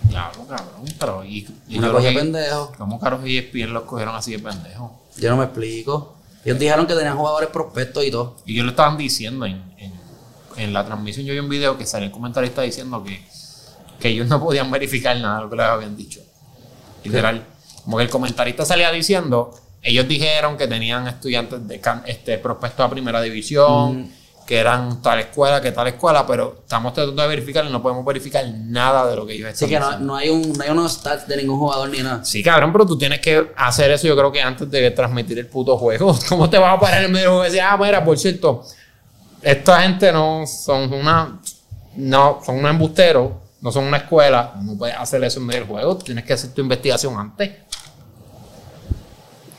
Speaker 4: Claro, cabrón. Pero. Y, y
Speaker 3: Una
Speaker 4: yo
Speaker 3: cosa
Speaker 4: creo
Speaker 3: de
Speaker 4: que-
Speaker 3: pendejo.
Speaker 4: ¿Cómo caros y ESPN los cogieron así de pendejo?
Speaker 3: Yo no me explico. Ellos dijeron que tenían jugadores prospectos y todo.
Speaker 4: Y yo lo estaban diciendo en, en, en la transmisión. Yo vi un video que salió el comentarista diciendo que, que ellos no podían verificar nada de lo que les habían dicho. Literal. Como que el comentarista salía diciendo, ellos dijeron que tenían estudiantes de cam- este, prospectos a primera división, que eran tal escuela, que tal escuela, pero estamos tratando de verificar y no podemos verificar nada de lo que ellos
Speaker 3: Así
Speaker 4: están
Speaker 3: que no,
Speaker 4: diciendo".
Speaker 3: no hay un, no hay unos stats de ningún jugador ni nada.
Speaker 4: Sí, cabrón, pero tú tienes que hacer eso, yo creo que antes de transmitir el puto juego. ¿Cómo te vas a parar en medio del juego y decir, ah, mira, por cierto, esta gente no son una. No, son unos embusteros. no son una escuela, no puedes hacer eso en medio del juego, tienes que hacer tu investigación antes.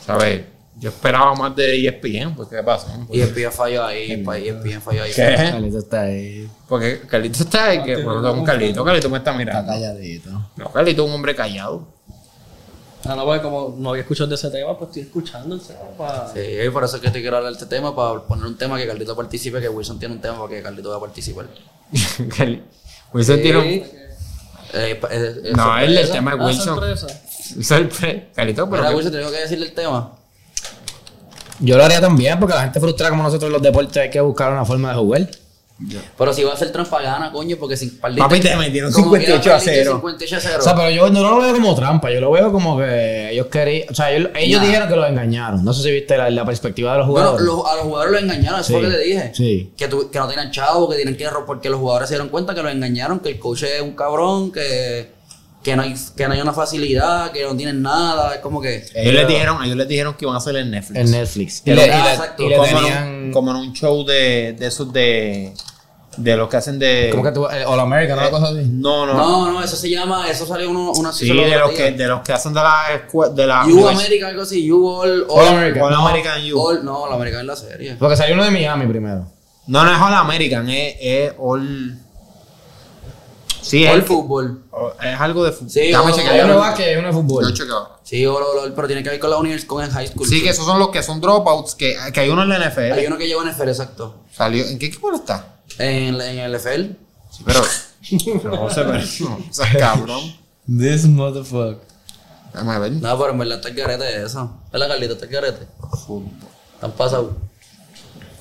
Speaker 4: ¿Sabes? Yo esperaba más de ESPN, pues ¿qué pasó?
Speaker 3: Y el pie falló ahí, pa, y el pie falló ahí.
Speaker 4: ¿Qué?
Speaker 2: Carlito está ahí.
Speaker 4: Porque Carlito está ahí, que bueno, un Carlito, Carlito me está
Speaker 2: Está
Speaker 4: mirando.
Speaker 2: calladito.
Speaker 4: No, Carlito es un hombre callado.
Speaker 5: Ah, no, pues como no había escuchado de ese tema, pues estoy escuchando el tema para...
Speaker 3: Sí, y por eso es que te quiero hablar de este tema, para poner un tema que Carlito participe, que Wilson tiene un tema para que Carlito va a participar.
Speaker 4: Carli- Wilson tiene un-
Speaker 3: Eh, pa- eh, eh,
Speaker 4: No,
Speaker 3: sorpresa.
Speaker 4: él el tema de
Speaker 5: Ah,
Speaker 4: Wilson.
Speaker 5: sorpresa.
Speaker 4: Sorpresa. Carlito, pero.
Speaker 3: Mira,
Speaker 4: que-
Speaker 3: Wilson, tengo que decirle el tema.
Speaker 2: Yo lo haría también porque la gente frustrada como nosotros en los deportes hay que buscar una forma de jugar.
Speaker 3: Pero si va a ser trampa gana, coño, porque sin perdiste.
Speaker 4: Papi, te metieron
Speaker 3: Como
Speaker 4: 58
Speaker 3: quiera
Speaker 4: a
Speaker 3: perdiste
Speaker 4: 0.
Speaker 3: 58 a 0.
Speaker 2: O sea, pero yo no lo veo como trampa, yo lo veo como que ellos querían, o sea, ellos, ellos
Speaker 3: Nah.
Speaker 2: dijeron que los engañaron. No sé si viste la, la perspectiva de los
Speaker 3: bueno,
Speaker 2: jugadores.
Speaker 3: los- a los jugadores los engañaron, eso
Speaker 2: Sí,
Speaker 3: fue lo que le dije.
Speaker 2: sí.
Speaker 3: Que, tu- que no tenían chavo, que tienen que ro- porque los jugadores se dieron cuenta que los engañaron, que el coach es un cabrón, que, que, no, hay, que no hay una facilidad, que no tienen nada, es como que...
Speaker 4: Ellos les dijeron, ellos les dijeron que iban a hacer en Netflix.
Speaker 2: En Netflix.
Speaker 4: Eh, Y
Speaker 2: Y le,
Speaker 4: le-
Speaker 2: y le-
Speaker 3: exacto,
Speaker 2: y le
Speaker 4: como, en,
Speaker 2: tenían...
Speaker 4: un- como en un show de, de esos de. De los que hacen de.
Speaker 2: ¿Cómo que tú? el All American, una cosa así.
Speaker 4: No, no.
Speaker 3: No, no, eso se llama, eso salió uno, una
Speaker 4: sí, de los, que, de los que hacen de la. escue- De la
Speaker 3: You America, algo así, You All...
Speaker 2: All American.
Speaker 4: All American Pues, U.
Speaker 3: All- no, la American es la serie.
Speaker 2: Porque salió uno de Miami primero.
Speaker 4: No, no es All American, es, es All. Sí, es,
Speaker 3: All
Speaker 4: el-
Speaker 3: Fútbol.
Speaker 4: o- es algo de fútbol.
Speaker 3: Sí,
Speaker 4: Déjame
Speaker 3: All-
Speaker 4: chequear,
Speaker 2: Hay
Speaker 4: yo
Speaker 2: uno de
Speaker 4: lo-
Speaker 2: básquet y hay uno de
Speaker 4: yo
Speaker 2: fútbol.
Speaker 4: chequeo.
Speaker 3: Sí, All, All, All, pero tiene que ver con la universidad, con el high school.
Speaker 4: Sí, que esos son los que son dropouts, que, que hay uno en la NFL.
Speaker 3: Hay uno que llegó en FL, exacto.
Speaker 4: Salió, ¿En qué equipo él está?
Speaker 3: En, en el FL.
Speaker 4: Sí, pero. pero José, pero. no, o sea, cabrón.
Speaker 5: This motherfucker.
Speaker 4: Déjame ver.
Speaker 3: No, pero en verdad está el garete eso. ¿Verdad, Carlito? Está el garete.
Speaker 4: Fútbol.
Speaker 3: Están pasados.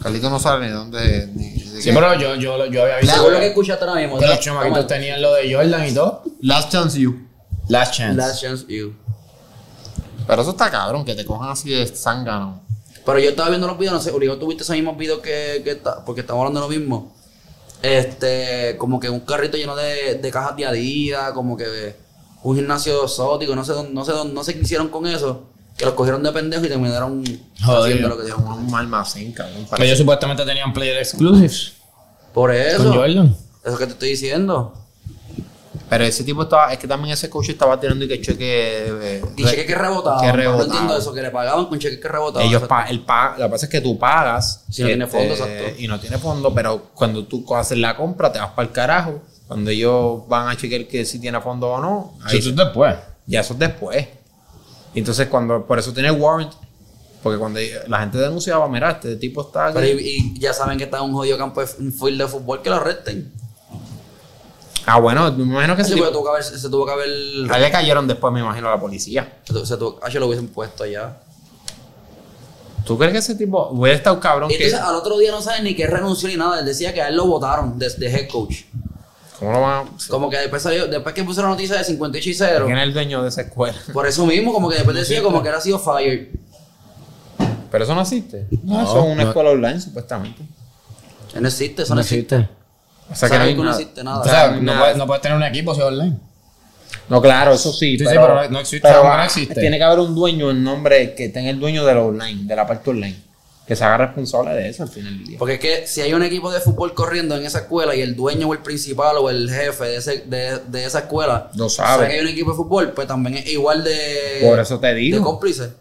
Speaker 4: Carlito no sabe ni dónde. Ni, ni
Speaker 2: Sí,
Speaker 4: qué-
Speaker 2: pero yo, yo, yo había visto
Speaker 3: Según lo que
Speaker 2: que,
Speaker 3: escuchaste ahora mismo.
Speaker 2: que los
Speaker 3: ¿verdad?
Speaker 2: chamaquitos tenían lo de Jordan y todo.
Speaker 4: Last Chance You.
Speaker 2: Last chance.
Speaker 3: Last chance you.
Speaker 4: Pero eso está cabrón, que te cojan así de zángano.
Speaker 3: Pero yo estaba viendo los videos, no sé, Uribe, tú viste esos mismos videos que, que está, porque estamos hablando de lo mismo. Este, como que un carrito lleno de, de cajas de Adidas, como que un gimnasio exótico, no sé, dónde- no sé, dónde- no sé qué hicieron con eso. Que los cogieron de pendejo y terminaron
Speaker 2: Jodido.
Speaker 3: haciendo lo que
Speaker 4: Es
Speaker 3: dijeron.
Speaker 4: un almacén, cabrón.
Speaker 2: Pero ellos Pues supuestamente tenían player exclusives
Speaker 3: Por eso,
Speaker 2: con Jordan.
Speaker 3: eso que te estoy diciendo.
Speaker 4: Pero ese tipo estaba. Es que también ese coach estaba tirando y que cheque. eh,
Speaker 3: Y
Speaker 4: re-
Speaker 3: cheque que rebotaban.
Speaker 4: que
Speaker 3: No
Speaker 4: rebotaban.
Speaker 3: entiendo eso, que le pagaban con cheque que rebotaban.
Speaker 4: Ellos
Speaker 3: Eso-
Speaker 4: pa- el pa- lo que pasa es que tú pagas. eh,
Speaker 3: Si no tiene fondo, exacto.
Speaker 4: Y no tiene fondo, pero cuando tú co- haces la compra, te vas para el carajo. Cuando ellos van a chequear que si tiene fondo o no, ahí
Speaker 2: Eso es después.
Speaker 4: ya eso es después. Y Entonces, cuando por eso tiene warrant, porque cuando la gente denunciaba, mira, este tipo está. aquí".
Speaker 3: Pero y, y ya saben que está en un jodido campo de f- un field de fútbol que lo arresten.
Speaker 4: Ah, bueno, me imagino que
Speaker 3: Sí,
Speaker 4: ese
Speaker 3: porque
Speaker 4: tipo-
Speaker 3: tuvo que haber, se tuvo que haber.
Speaker 4: Ah, le cayeron después, me imagino, a la policía.
Speaker 3: Se tuvo- se tuvo, ah, se lo hubiesen puesto allá.
Speaker 4: ¿Tú crees que ese tipo hubiera estado cabrón?
Speaker 3: Y
Speaker 4: Que,
Speaker 3: entonces al otro día no saben ni que renunció ni nada. Él decía que a él lo votaron de, de head coach.
Speaker 4: ¿Cómo lo van a.?
Speaker 3: Como que después salió, después que pusieron la noticia de 58 y
Speaker 4: ¿Quién
Speaker 3: 0.
Speaker 4: es el dueño de esa escuela?
Speaker 3: Por eso mismo, como que después decía como que era sido fired.
Speaker 4: Pero eso no existe. No,
Speaker 2: No,
Speaker 4: eso es una
Speaker 2: no.
Speaker 4: escuela online, supuestamente.
Speaker 3: No existe, eso no existe.
Speaker 4: O sea que no,
Speaker 3: Saben
Speaker 4: hay
Speaker 3: que no
Speaker 4: nada.
Speaker 3: existe nada.
Speaker 2: O
Speaker 4: O sea,
Speaker 2: sea,
Speaker 4: no
Speaker 2: no
Speaker 4: nada.
Speaker 2: puedes, no puedes tener un equipo si es online.
Speaker 4: No, claro, eso sí.
Speaker 2: Sí, sí, pero no existe,
Speaker 4: pero
Speaker 2: no
Speaker 4: ah,
Speaker 2: existe.
Speaker 4: Tiene que haber un dueño en nombre que tenga el dueño de la online, de la parte online. Que se haga responsable de eso al final del día.
Speaker 3: Porque es que si hay un equipo de fútbol corriendo en esa escuela y el dueño o el principal o el jefe de, ese- de, de esa escuela
Speaker 4: Lo sabe.
Speaker 3: que hay un equipo de fútbol, pues también es igual de,
Speaker 4: Por eso te
Speaker 3: de
Speaker 4: digo.
Speaker 3: cómplice.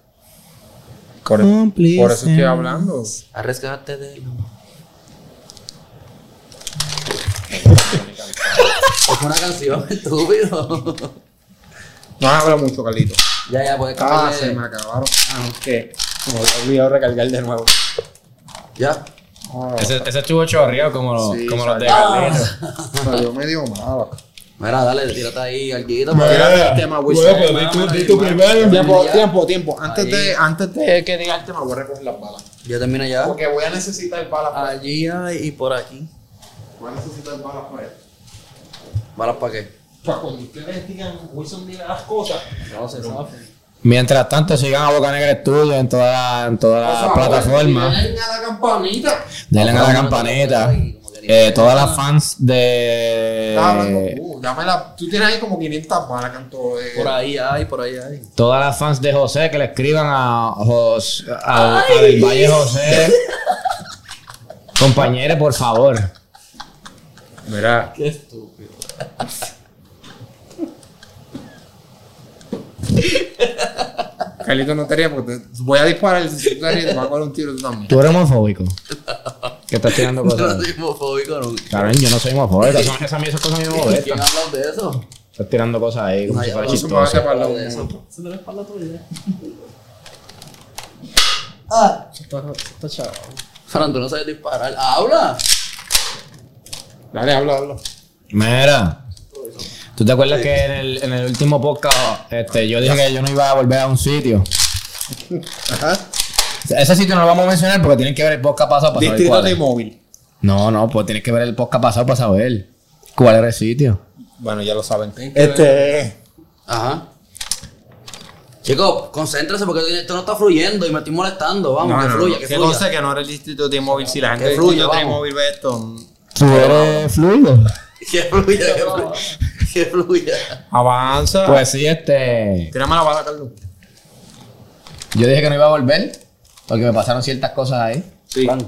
Speaker 4: Por, por eso estoy hablando.
Speaker 3: Arriesgate de él. es una canción estúpido.
Speaker 4: No hablo mucho, Carlito.
Speaker 3: ya, ya, puedes
Speaker 4: Ah,
Speaker 3: cambiarle.
Speaker 4: se me acabaron. Ah, es que me he olvidado recargar de nuevo.
Speaker 3: Ya.
Speaker 4: Oh,
Speaker 2: Ese, ese estuvo chorreado como, los-
Speaker 4: Sí,
Speaker 2: como los de
Speaker 4: salió.
Speaker 5: Ah,
Speaker 2: Carlino.
Speaker 4: salió medio malo.
Speaker 3: Mira, dale, tírate ahí al guito.
Speaker 4: Tira el tema, Wilson.
Speaker 5: Bueno, pues, di tú- di tú primero.
Speaker 4: Tiempo, tiempo, tiempo. Antes
Speaker 3: Ahí.
Speaker 4: de, antes de que diga el tema, voy a recoger las balas.
Speaker 3: Ya termina ya.
Speaker 4: Porque voy a necesitar balas para
Speaker 3: Allí hay- y por aquí.
Speaker 4: Voy a necesitar balas para esto.
Speaker 3: ¿Balas para qué?
Speaker 4: Para cuando ustedes digan, Wilson diga las cosas. No se
Speaker 2: Mientras tanto, sigan a Boca Negra Studio en todas en todas
Speaker 4: Ah,
Speaker 2: las plataformas.
Speaker 4: pues, a la campanita.
Speaker 2: Denle a la
Speaker 3: Vamos,
Speaker 2: campanita.
Speaker 3: vamos, vamos, vamos.
Speaker 2: Eh, todas las fans Eh.
Speaker 4: Estaba hablando
Speaker 2: de.
Speaker 4: tú. Dame uh, la- Tú tienes ahí como 500 balas, canto. eh.
Speaker 3: Por ahí hay, por ahí hay.
Speaker 2: Todas las fans de José que le escriban a José. A, a Del Valle José. Compañeros, por favor.
Speaker 4: Mira.
Speaker 3: Qué estúpido.
Speaker 4: Carlito, no te rías porque te- voy a disparar. Si tú te ríes, te vas a coger un tiro tú también.
Speaker 2: Tú eres homofóbico. Que estás tirando
Speaker 3: Yo no
Speaker 2: cosas.
Speaker 3: soy homofóbico nunca.
Speaker 2: Cabrón, yo no soy homofóbico. Esas, esas, esas cosas a mí me
Speaker 3: ¿Quién
Speaker 2: molestan.
Speaker 3: habla de eso?
Speaker 2: Estás tirando cosas ahí como
Speaker 3: No,
Speaker 2: si
Speaker 3: ya
Speaker 2: fuera
Speaker 3: no,
Speaker 4: Eso me va a
Speaker 2: chistoso.
Speaker 4: separar
Speaker 3: de
Speaker 4: un
Speaker 3: eso.
Speaker 4: momento.
Speaker 5: Se le espalda tuya.
Speaker 3: Ah,
Speaker 5: Eso está, eso está chavo.
Speaker 3: Fran, tú no sabes disparar. ¡Habla!
Speaker 4: Dale, habla, habla.
Speaker 2: Mira. ¿Tú te acuerdas que en el, en el último podcast este, yo dije que yo no iba a volver a un sitio? Ese sitio no lo vamos a mencionar porque tienen que ver el podcast pasado para saber
Speaker 4: Distrito
Speaker 2: cuál
Speaker 4: de
Speaker 2: es.
Speaker 4: móvil.
Speaker 2: No, no, pues tienes que ver el podcast pasado para saber cuál era el sitio.
Speaker 4: Bueno, ya lo saben.
Speaker 1: Este.
Speaker 3: Ajá. Chicos, concéntrense porque esto no está fluyendo y me estoy molestando. Vamos, que fluya, que
Speaker 4: que
Speaker 3: fluya.
Speaker 4: conste que no era el distrito de móvil. Si la gente del
Speaker 3: fluya,
Speaker 4: distrito de
Speaker 3: vamos.
Speaker 4: móvil ve esto,
Speaker 2: ¿Tú eres fluido?
Speaker 3: Que fluya, que fluya. Que fluya.
Speaker 4: avanza.
Speaker 2: Pues sí, este...
Speaker 4: Tírame la bala, Carlos.
Speaker 2: Yo dije que no iba a volver porque me pasaron ciertas cosas ahí.
Speaker 4: Sí.
Speaker 3: Fran,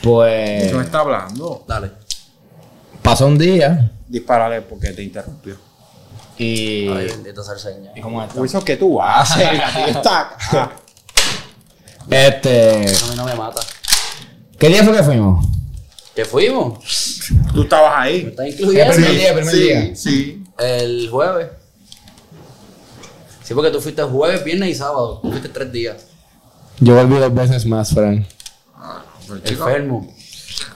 Speaker 2: Pues
Speaker 4: Tú me estás hablando.
Speaker 3: dale.
Speaker 2: pasó un día
Speaker 4: Disparale porque te interrumpió.
Speaker 2: y...
Speaker 3: Ay, bendito sea el Señor.
Speaker 2: ¿Cómo está?
Speaker 4: Wilson, ¿qué tú haces? Está- Ah.
Speaker 2: Este...
Speaker 3: A mí no me mata.
Speaker 2: ¿Qué día fue que fuimos?
Speaker 3: ¿Qué fuimos?
Speaker 4: Tú estabas ahí.
Speaker 3: ¿Me estás incluyendo?
Speaker 2: Primer día, primer
Speaker 4: sí,
Speaker 2: día.
Speaker 4: Sí.
Speaker 3: El jueves. Sí, porque tú fuiste jueves, viernes y sábado. Tú fuiste tres días.
Speaker 2: Yo volví dos veces más, Fran.
Speaker 4: Pero, chico,
Speaker 3: Enfermo.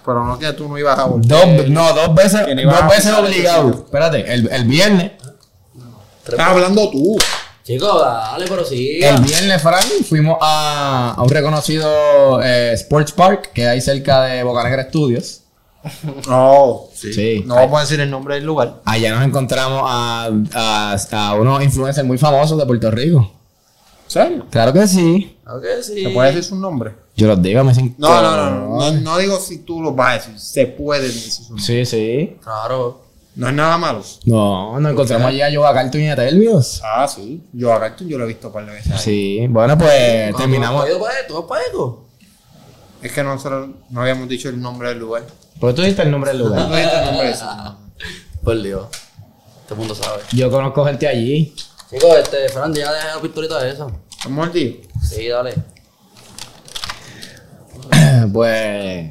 Speaker 4: pero no que tú no ibas a volver.
Speaker 2: Dos, no, dos veces,
Speaker 4: Ah, Que no iba a
Speaker 2: dos veces
Speaker 4: pisar el
Speaker 2: obligado.
Speaker 4: sitio.
Speaker 2: Espérate, el, el viernes,
Speaker 3: Tres-
Speaker 4: Estás hablando tú.
Speaker 3: Chicos, dale, pero sí.
Speaker 2: el
Speaker 4: Em.
Speaker 2: viernes, Fran, fuimos a, a un reconocido eh, sports park que hay cerca de Bocanegra Studios.
Speaker 4: No. Sí.
Speaker 2: Sí.
Speaker 4: No vamos a decir el nombre del lugar.
Speaker 2: Allá nos encontramos a, a- a unos influencers muy famosos de Puerto Rico.
Speaker 4: ¿Serio?
Speaker 2: Claro que sí.
Speaker 3: Ok, sí.
Speaker 4: ¿Se puede decir su nombre?
Speaker 2: Yo los digo, me dicen.
Speaker 4: No, no, no, no, no. no digo si tú lo vas a decir. Se puede decir su nombre.
Speaker 2: Sí, sí.
Speaker 3: Claro.
Speaker 4: No es nada malo.
Speaker 2: No, nos encontramos allá yo a Carlton y a Telvios.
Speaker 4: Ah, sí. Yo a Cartoon yo lo he visto un par de veces ahí.
Speaker 2: Sí, bueno, pues
Speaker 3: Cuando
Speaker 2: terminamos.
Speaker 3: ¿Tú vas para esto? ¿Tú vas para esto?
Speaker 4: Es que nosotros no habíamos dicho el nombre del lugar.
Speaker 2: ¿Por qué Pues tú dijiste el nombre del lugar?
Speaker 4: No dijiste el nombre de eso.
Speaker 3: Ah. Por Dios. Todo el mundo sabe.
Speaker 2: Yo conozco gente allí.
Speaker 3: Chicos, este, Fran, ya deja la pistolita de eso.
Speaker 4: ¿Estamos al día?
Speaker 3: Sí, dale.
Speaker 2: pues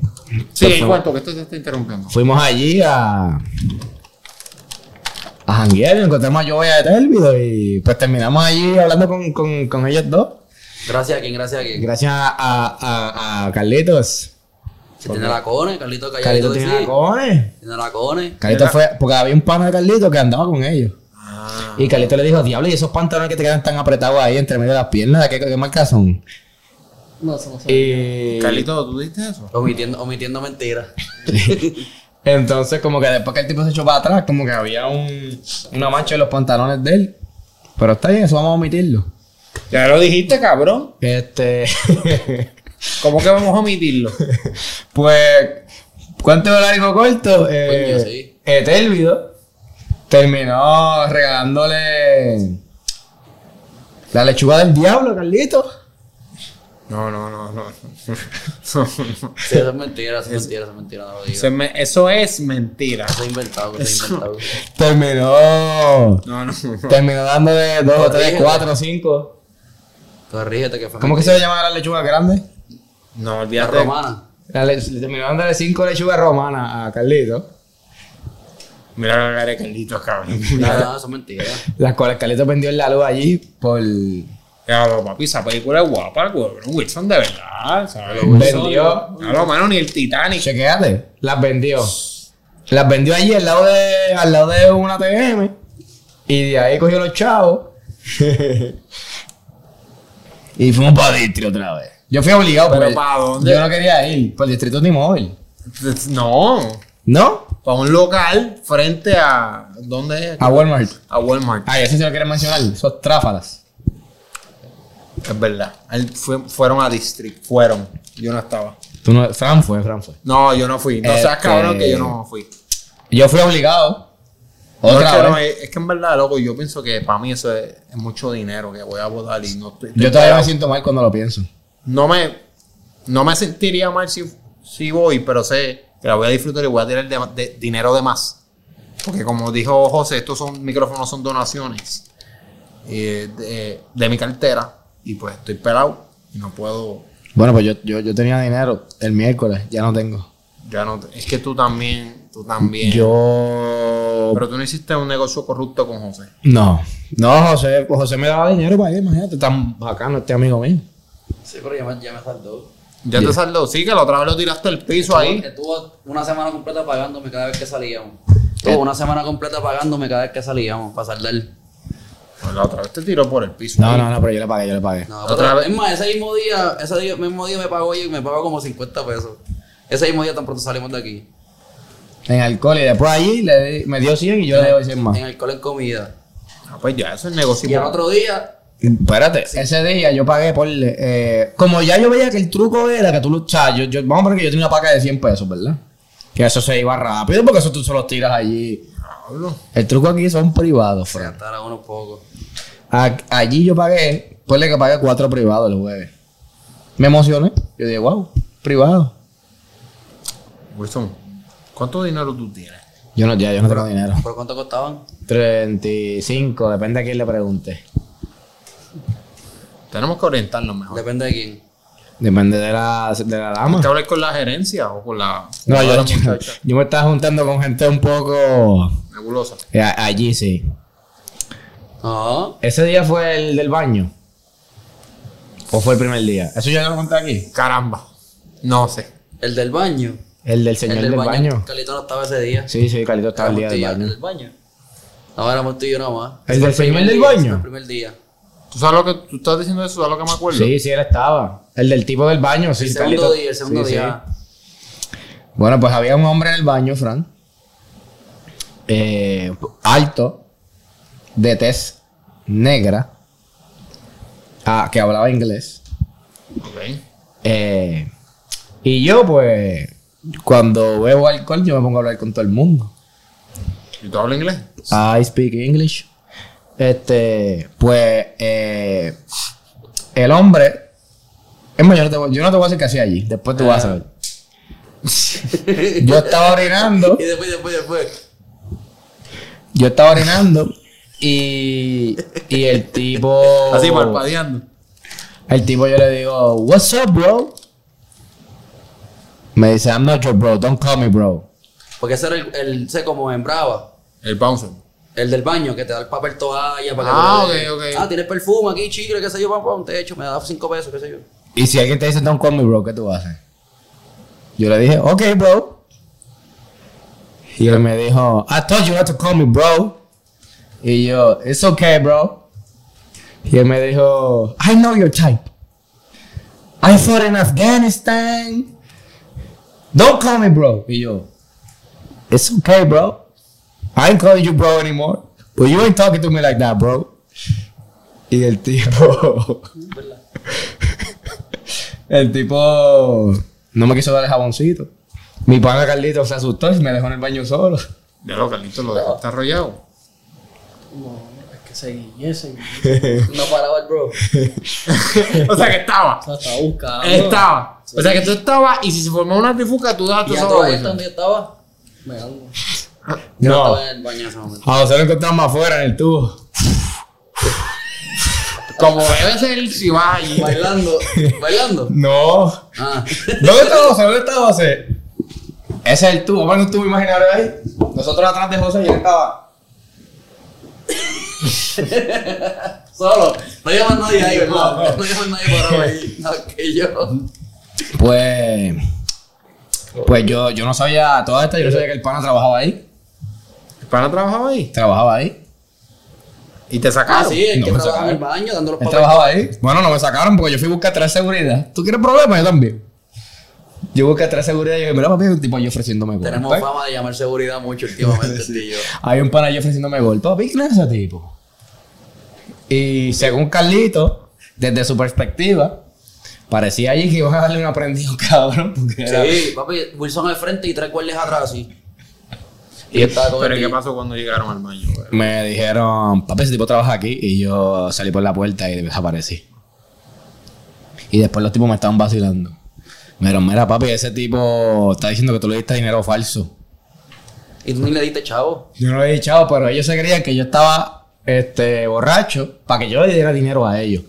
Speaker 4: Sí,
Speaker 2: Por
Speaker 4: en
Speaker 2: favor.
Speaker 4: cuanto que esto se está interrumpiendo.
Speaker 2: fuimos allí a. a janguear, encontramos a Joey de Telvido y pues terminamos allí hablando con, con, con ellos dos.
Speaker 3: Gracias a quien, gracias a quien.
Speaker 2: Gracias a, a, a- a Carlitos.
Speaker 3: Si tiene la cone, Carlito Callado.
Speaker 2: Carlitos tiene la cone.
Speaker 3: Tiene la cone.
Speaker 2: Carlitos fue, porque había un pana de Carlitos que andaba con ellos.
Speaker 4: Ah,
Speaker 2: Y Carlitos le dijo, diablo, y esos pantalones que te quedan tan apretados ahí entre medio de las piernas, ¿de qué, qué marca son?
Speaker 5: No, eso no se
Speaker 4: Eh,
Speaker 2: Y
Speaker 4: Carlito, ¿tú diste eso?
Speaker 3: Omitiendo, omitiendo mentiras.
Speaker 2: entonces como que después que el tipo se echó para atrás, como que había un, una mancha en los pantalones de él. Pero está bien, eso vamos a omitirlo.
Speaker 4: Ya lo dijiste, cabrón.
Speaker 2: Este,
Speaker 4: ¿Cómo que vamos a omitirlo?
Speaker 2: pues, ¿cuánto es largo corto? Eh,
Speaker 3: Coño, sí.
Speaker 2: Etélvido terminó regalándole la lechuga del diablo, Carlito.
Speaker 4: No, no, no, no.
Speaker 3: Sí, eso es mentira, eso es mentira, eso es mentira, no lo digas.
Speaker 4: Eso es, me- eso es mentira.
Speaker 3: Eso es inventado, eso es inventado.
Speaker 2: Terminó,
Speaker 4: No, no.
Speaker 2: terminó dándole dos, tres,
Speaker 3: Corrígete.
Speaker 2: cuatro, cinco.
Speaker 3: Corrígete que fue
Speaker 2: ¿Cómo que se
Speaker 3: mentira.
Speaker 2: le llama la lechuga grande?
Speaker 4: No,
Speaker 3: La
Speaker 4: olvídate.
Speaker 3: romana.
Speaker 2: La le, le terminó dándole cinco lechugas romanas a Carlito,
Speaker 4: Mira la cara de Carlito, cabrón.
Speaker 3: No, no, eso es mentira.
Speaker 2: las cuales Carlito vendió en la luz allí por...
Speaker 4: Claro, papi, esa película es guapa, cabrón. Wilson, de verdad. ¿sabes?
Speaker 2: Vendió...
Speaker 4: No, lo mano, ni el Titanic.
Speaker 2: Chequéate, las vendió. Las vendió allí al lado de, al lado de una TM y de ahí cogió los chavos. y fuimos para el distrito otra vez. Yo fui obligado,
Speaker 4: ¿Pero
Speaker 2: porque
Speaker 4: para dónde?
Speaker 2: Yo no quería ir, para el distrito ni móvil.
Speaker 4: No.
Speaker 2: ¿No?
Speaker 4: Para un local frente a. ¿Dónde es?
Speaker 2: A Walmart.
Speaker 4: A Walmart.
Speaker 2: Ay, eso Ah, sí lo quieres mencionar. Esos tráfalas.
Speaker 4: Es verdad. Él fue- fueron a District. Fueron. Yo no estaba.
Speaker 2: Tú no, Fran fue, Fran fue.
Speaker 4: No, yo no fui. No seas
Speaker 2: Este-
Speaker 4: cabrón que yo no fui.
Speaker 2: Yo fui obligado.
Speaker 4: No, es,
Speaker 2: Otra
Speaker 4: que
Speaker 2: vez.
Speaker 4: no, es- es que en verdad, loco, yo pienso que para mí eso es, es mucho dinero que voy a votar y no estoy-
Speaker 2: Yo todavía me siento mal cuando lo pienso.
Speaker 4: No me, no me sentiría mal si, si voy, pero sé que la voy a disfrutar y voy a tirar de- de- dinero de más. Porque como dijo José, estos son micrófonos son donaciones. eh, de, de mi cartera y pues estoy pelado y no puedo.
Speaker 2: Bueno, pues yo, yo, yo tenía dinero el miércoles, ya no tengo.
Speaker 4: Ya no, es que tú también, tú también.
Speaker 2: Yo.
Speaker 4: Pero tú no hiciste un negocio corrupto con José.
Speaker 2: No. No, José, José me daba dinero para ir, imagínate, tan bacano este amigo mío.
Speaker 3: Sí, pero ya me, ya me saldó.
Speaker 4: Ya te saldó, sí, que la otra vez lo tiraste al
Speaker 3: Estuvo,
Speaker 4: piso ahí.
Speaker 3: estuvo una semana completa pagándome cada vez que salíamos. Estuvo una semana completa pagándome cada vez que salíamos para saldar.
Speaker 4: Pues la otra vez te tiró por el piso.
Speaker 2: No,
Speaker 4: ahí.
Speaker 2: no, no, pero yo le pagué, yo le pagué.
Speaker 3: No,
Speaker 4: Otra
Speaker 3: pero
Speaker 4: vez.
Speaker 3: es más, ese mismo día, ese día- mismo día me pagó yo y me pagó como 50 pesos. Ese mismo día tan pronto salimos de aquí.
Speaker 2: En alcohol y después allí le di- me dio 100 y yo le doy 100 más.
Speaker 3: En alcohol en comida.
Speaker 4: Ah, pues ya, eso es negocio.
Speaker 3: Y al otro día,
Speaker 2: Espérate, ese día yo pagué por. eh, como ya yo veía que el truco era que tú lo. O sea, yo, yo- vamos a poner que yo tenía una paca de 100 pesos, ¿verdad? Que eso se iba rápido porque eso tú se los tiras allí.
Speaker 4: Diablo.
Speaker 2: El truco aquí son privados, Fran.
Speaker 3: cantar a unos pocos.
Speaker 2: A- allí yo pagué, ponle que pagué cuatro privados el jueves. Me emocioné. Yo dije, wow, privado.
Speaker 4: Wilson, ¿cuánto dinero tú tienes?
Speaker 2: Yo no, ya, yo no tengo dinero.
Speaker 3: ¿Por cuánto costaban?
Speaker 2: 35, depende a quién le pregunte.
Speaker 4: Tenemos que orientarnos mejor.
Speaker 3: Depende de quién.
Speaker 2: Depende de la, de la
Speaker 4: ¿Hay
Speaker 2: dama.
Speaker 4: que hablar con la gerencia o con la,
Speaker 2: No,
Speaker 4: con la
Speaker 2: yo, yo,
Speaker 4: muchacha?
Speaker 2: yo me estaba juntando con gente un poco.
Speaker 4: Nebulosa.
Speaker 2: eh, a- allí sí.
Speaker 3: No,
Speaker 2: ¿Ese día fue el del baño? ¿O fue el primer día? Eso ya lo conté aquí.
Speaker 4: Caramba. No sé.
Speaker 3: el del baño.
Speaker 2: El del señor
Speaker 3: el
Speaker 2: del, baño.
Speaker 3: Calito no estaba ese día.
Speaker 2: Sí, sí, Carlito estaba el día
Speaker 3: Éramos tú
Speaker 2: del
Speaker 3: y yo en
Speaker 2: baño.
Speaker 3: el baño. No, éramos tú y yo nada más.
Speaker 2: ¿El del señor del
Speaker 3: día, ese fue El
Speaker 2: baño?
Speaker 3: primer día.
Speaker 4: ¿Tú sabes lo que tú estás diciendo eso? ¿Sabes lo que me acuerdo?
Speaker 2: Sí, sí, él estaba. El del tipo del baño, sí,
Speaker 3: El segundo
Speaker 2: Carlito.
Speaker 3: día, el segundo
Speaker 2: Sí, sí.
Speaker 3: día.
Speaker 2: Bueno, pues había un hombre en el baño, Fran. Eh, alto, de tez negra, ah, que hablaba inglés.
Speaker 4: Ok.
Speaker 2: Eh, y yo, pues, cuando bebo alcohol, yo me pongo a hablar con todo el mundo.
Speaker 4: ¿Y tú hablas inglés?
Speaker 2: I speak English. Este, pues, eh, el hombre. Es más, yo no te voy, yo no te voy a decir qué hacía allí. Después tú vas a saber. Yo estaba orinando.
Speaker 3: Y después, después, después.
Speaker 2: Yo estaba orinando. Y, y el tipo.
Speaker 4: Así, parpadeando.
Speaker 2: El tipo yo le digo, What's up, bro? Me dice, I'm not your bro, don't call me bro.
Speaker 3: Porque ese era el, el sé como en Brava.
Speaker 4: El bouncer.
Speaker 3: El del baño, que te da el papel toalla para que
Speaker 4: Ah,
Speaker 3: tú le des-
Speaker 4: ok, ok.
Speaker 3: Ah, tienes perfume aquí, chicle, qué sé yo, papá, un techo, me da cinco pesos, qué sé yo.
Speaker 2: Y si alguien te dice, Don't call me bro, ¿qué tú haces? Yo le dije, Ok, bro. Y él me dijo, I told you not to call me bro. Y yo, It's okay, bro. Y él me dijo, I know your type. I fought in Afghanistan. Don't call me bro. Y yo, It's okay, bro. I ain't calling you bro anymore. But you ain't talking to me like that, bro. Y el tipo. el tipo. No me quiso dar el jaboncito. Mi pana Carlito se asustó y me dejó en el baño solo.
Speaker 4: Ya lo Carlito lo dejaste arrollado.
Speaker 5: No, es que seguí, seguí.
Speaker 3: No paraba el bro.
Speaker 4: o sea que estaba.
Speaker 5: O sea, estaba buscando.
Speaker 4: Estaba. O sea que tú estabas y si se formó una trifuca, tú dejaste
Speaker 3: ¿Y a
Speaker 4: solo.
Speaker 3: todas
Speaker 4: a
Speaker 3: estas
Speaker 4: Wilson.
Speaker 3: donde yo estaba?
Speaker 5: Me hago.
Speaker 3: Yo no
Speaker 2: No.
Speaker 3: estaba en el baño en ese momento.
Speaker 2: A José lo encontramos afuera en el tubo.
Speaker 4: Como debe ser si vas allí.
Speaker 3: Bailando, bailando.
Speaker 2: No.
Speaker 3: Ah,
Speaker 2: ¿Dónde está José? ¿Dónde está José? Ese es el tubo. Bueno, un tubo imaginario ahí. Nosotros atrás de José y él estaba.
Speaker 3: solo. No lleva más nadie ahí,
Speaker 2: No, no.
Speaker 3: ¿verdad? No lleva más nadie parado ahí. No, que yo.
Speaker 2: Pues. Pues yo, yo no sabía toda esta. Yo no sabía que el pana trabajaba ahí.
Speaker 4: El pana trabajaba ahí.
Speaker 2: Trabajaba ahí.
Speaker 4: Y te
Speaker 3: Ah,
Speaker 4: sacaron.
Speaker 3: sí, el
Speaker 2: No
Speaker 3: que
Speaker 2: me
Speaker 3: trabajaba en el
Speaker 2: sacaron.
Speaker 3: baño dando los
Speaker 2: Él
Speaker 3: papeles.
Speaker 2: trabajaba ahí. Bueno, no me sacaron porque yo fui a buscar tres seguridad. ¿Tú quieres problemas? Yo también. Yo busqué tres seguridad y dije, mira, papi, hay un tipo allí ofreciéndome golpe.
Speaker 3: Tenemos fama de llamar seguridad mucho últimamente, tú y yo.
Speaker 2: Hay un pana allí ofreciéndome golpe. Papi, ¿quién es ese tipo? Y según Carlito, desde su perspectiva, parecía allí que iban a darle un aprendido cabrón. Porque era-
Speaker 3: Sí, papi, Wilson al frente y tres guardias atrás, así.
Speaker 4: Y-
Speaker 3: Y estaba con
Speaker 4: Pero ¿y
Speaker 3: el
Speaker 4: ¿qué
Speaker 3: ti-
Speaker 4: pasó cuando llegaron al baño? güey?
Speaker 2: Me dijeron, papi, ese tipo trabaja aquí. Y yo salí por la puerta y desaparecí. Y después los tipos me estaban vacilando. Me dijeron, mira, papi, ese tipo está diciendo que tú le diste dinero falso.
Speaker 3: Y tú ni le diste chavo.
Speaker 2: Yo no lo he dicho, pero ellos se creían que yo estaba este, borracho, para que yo le diera dinero a ellos.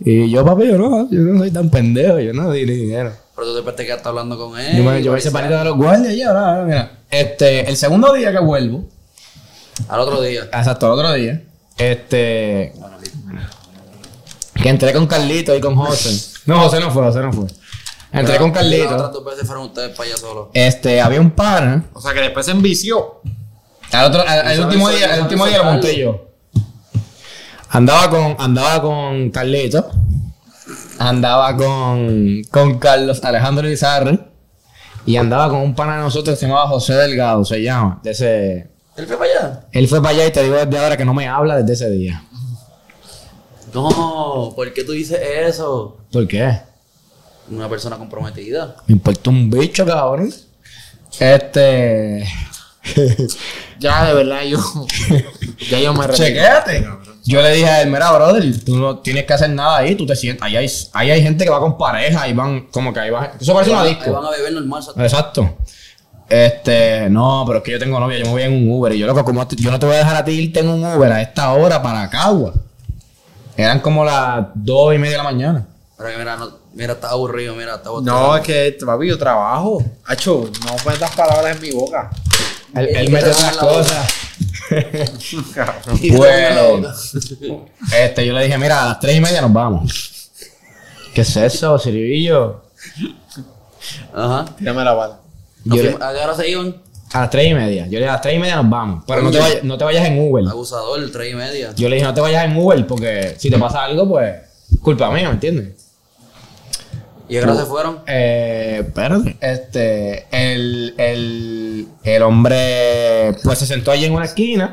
Speaker 2: Y yo, papi, yo no, yo no soy tan pendejo, yo no di dinero.
Speaker 3: Pero tú después te quedaste hablando con él.
Speaker 2: Yo, me- yo hice panita de los guardias y ahora, ahora, mira. Este, el segundo día que vuelvo,
Speaker 3: Al otro día.
Speaker 2: hasta el otro día, este, que entré con Carlito y con José. No, José no fue, José no fue. Entré con
Speaker 3: Las otras
Speaker 2: Carlito.
Speaker 3: dos veces fueron ustedes para allá solos.
Speaker 2: Este, había un pana.
Speaker 4: O sea que después se envició.
Speaker 2: Al otro, al, al
Speaker 3: Eso-
Speaker 2: último
Speaker 3: eso-
Speaker 2: día,
Speaker 3: eso-
Speaker 2: el último
Speaker 3: eso-
Speaker 2: día lo monté yo. Andaba con, andaba con Carlito. Andaba con, con Carlos Alejandro Lizarri. Y andaba con un pana de nosotros que se llamaba José Delgado, se llama. De ese-
Speaker 3: ¿Él fue para allá?
Speaker 2: él fue para allá y te digo desde ahora que no me habla desde ese día.
Speaker 3: No, ¿por qué tú dices eso?
Speaker 2: ¿Por qué?
Speaker 3: Una persona comprometida.
Speaker 2: Me importa un bicho, cabrón. Este.
Speaker 4: Ya, de verdad, yo. ya yo me arrepiento.
Speaker 2: Chequéate. Yo le dije a él, mira, brother, tú no tienes que hacer nada ahí, tú te sientas. Ahí hay, ahí hay gente que va con pareja y van, como que ahí va. Eso parece una
Speaker 3: Ahí van- ahí van
Speaker 2: disco.
Speaker 3: a beber normal. exacto.
Speaker 2: Exacto. Este, no, pero es que yo tengo novia, yo me voy en un Uber. Y yo, loco, como yo no te voy a dejar a ti irte en un Uber a esta hora para Cagua. Eran como las dos y media de la mañana.
Speaker 3: Pero que mira, no- mira, está aburrido, mira, está
Speaker 4: No, es
Speaker 3: botado.
Speaker 4: que, papi, yo trabajo. Hacho, no metas palabras en mi boca.
Speaker 2: Él,
Speaker 3: Y-
Speaker 2: él
Speaker 3: y
Speaker 2: me
Speaker 3: te
Speaker 2: trae
Speaker 3: dan
Speaker 2: las
Speaker 3: la boca.
Speaker 2: cosas.
Speaker 3: Y te dan la boca.
Speaker 2: Este, yo le dije, mira, a las tres y media nos vamos. ¿Qué es eso, Ciribillo?
Speaker 3: Ajá.
Speaker 4: Tírame la bala.
Speaker 3: Nos
Speaker 2: Yo le-
Speaker 3: fuimos- ¿A qué hora se iban?
Speaker 2: A las 3 y media. Yo le dije, a las 3 y media nos vamos. Pero no te, vayas, no te vayas en Uber.
Speaker 3: Abusador, tres y media.
Speaker 2: Yo le dije, no te vayas en Uber porque si te pasa algo, pues, culpa mía, ¿me entiendes?
Speaker 3: ¿Y a qué hora se fueron?
Speaker 2: Eh, espérate. Este, el, el, el hombre, pues, se sentó allí en una esquina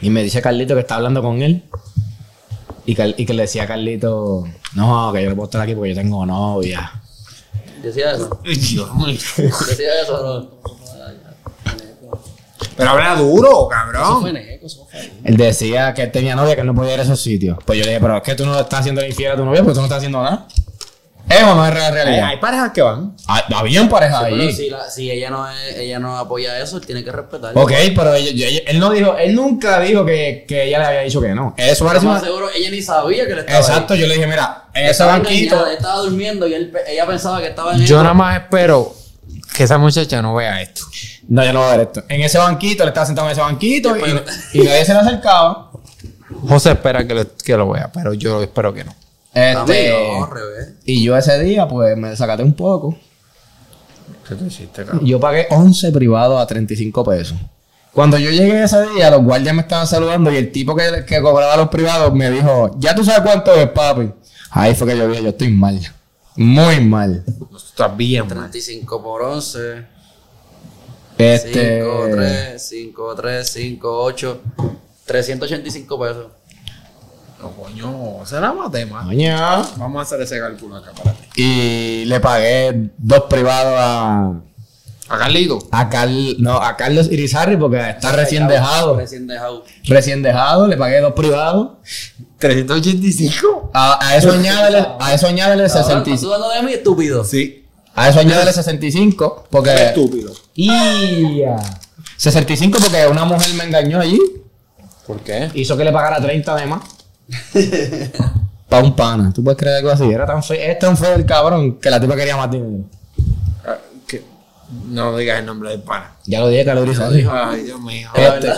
Speaker 2: y me dice Carlito que está hablando con él. Y, Car- y que le decía a Carlito, no, que yo no puedo estar aquí porque yo tengo novia.
Speaker 3: Decía eso.
Speaker 4: Dios mío.
Speaker 3: Decía eso, ¿no?
Speaker 4: Pero habla duro,
Speaker 5: Eso
Speaker 4: cabrón.
Speaker 5: fue neco, eso fue neco.
Speaker 2: Él decía que él tenía novia, que él no podía ir a esos sitios. Pues yo le dije, pero es que tú no estás haciendo infiel a tu novia porque tú no estás haciendo nada. ¿Es o no es la
Speaker 4: Hay,
Speaker 2: realidad?
Speaker 4: hay parejas que van.
Speaker 2: Ah, Habían parejas
Speaker 3: Pero
Speaker 2: allí.
Speaker 3: si, la- si ella no es- ella no apoya eso, él tiene que respetar.
Speaker 2: Ok, pero ella- ella- él no dijo, él nunca dijo que, que ella le había dicho que no. Eso
Speaker 3: Pero
Speaker 2: parece
Speaker 3: más
Speaker 2: una...
Speaker 3: seguro, ella ni sabía que le estaba
Speaker 2: Exacto,
Speaker 3: ahí.
Speaker 2: yo le dije, mira, en ese
Speaker 3: Estaba
Speaker 2: banquito.
Speaker 3: engañada, Estaba durmiendo y él pe- ella pensaba que estaba en
Speaker 4: Yo
Speaker 3: eso.
Speaker 4: nada más espero que esa muchacha no vea esto.
Speaker 2: No, yo no voy a ver esto. En ese banquito, él estaba sentado en ese banquito y,
Speaker 3: Pero-
Speaker 2: y nadie se le acercaba.
Speaker 4: José espera que lo, que lo vea, pero yo espero que no.
Speaker 2: Este,
Speaker 3: Amigo, al revés.
Speaker 2: y yo ese día, pues, me desacaté un poco.
Speaker 4: ¿Qué tú hiciste, cabrón?
Speaker 2: Yo pagué 11 privados a 35 pesos. Cuando yo llegué ese día, los guardias me estaban saludando y el tipo que, que cobraba los privados me dijo, ya tú sabes cuánto es, papi. Ahí fue que yo dije, yo estoy mal. Muy mal.
Speaker 4: No, Estás bien, man.
Speaker 3: 35 por 11.
Speaker 2: Este...
Speaker 3: 5, 3, 5, 3, 5, 8. 385 pesos.
Speaker 4: No, coño, se la matemática.
Speaker 2: Coño.
Speaker 4: Vamos a hacer ese cálculo acá para ti.
Speaker 2: Y le pagué dos privados a...
Speaker 4: A Carlito.
Speaker 2: A, Carl- no, a Carlos Irizarri porque está recién dejado.
Speaker 3: Recién dejado.
Speaker 2: Recién dejado, le pagué dos privados.
Speaker 4: 385.
Speaker 2: A, a eso añádele, a eso añádele
Speaker 3: Cabrón,
Speaker 2: 65.
Speaker 3: ¿Estás dudando de mí, estúpido?
Speaker 4: Sí.
Speaker 2: A eso añádele 65, porque.
Speaker 4: Estúpido.
Speaker 2: ¡Ya! 65 porque una mujer me engañó allí,
Speaker 4: ¿Por qué?
Speaker 2: hizo que le pagara 30 de más. Para un pana, ¿tú puedes creer algo así? Era tan feo, es tan feo el cabrón que la tipa quería más dinero.
Speaker 4: Ah, que- No digas el nombre del pana.
Speaker 2: Ya lo dije, calorizado.
Speaker 4: Ay, Dios mío.
Speaker 2: Este.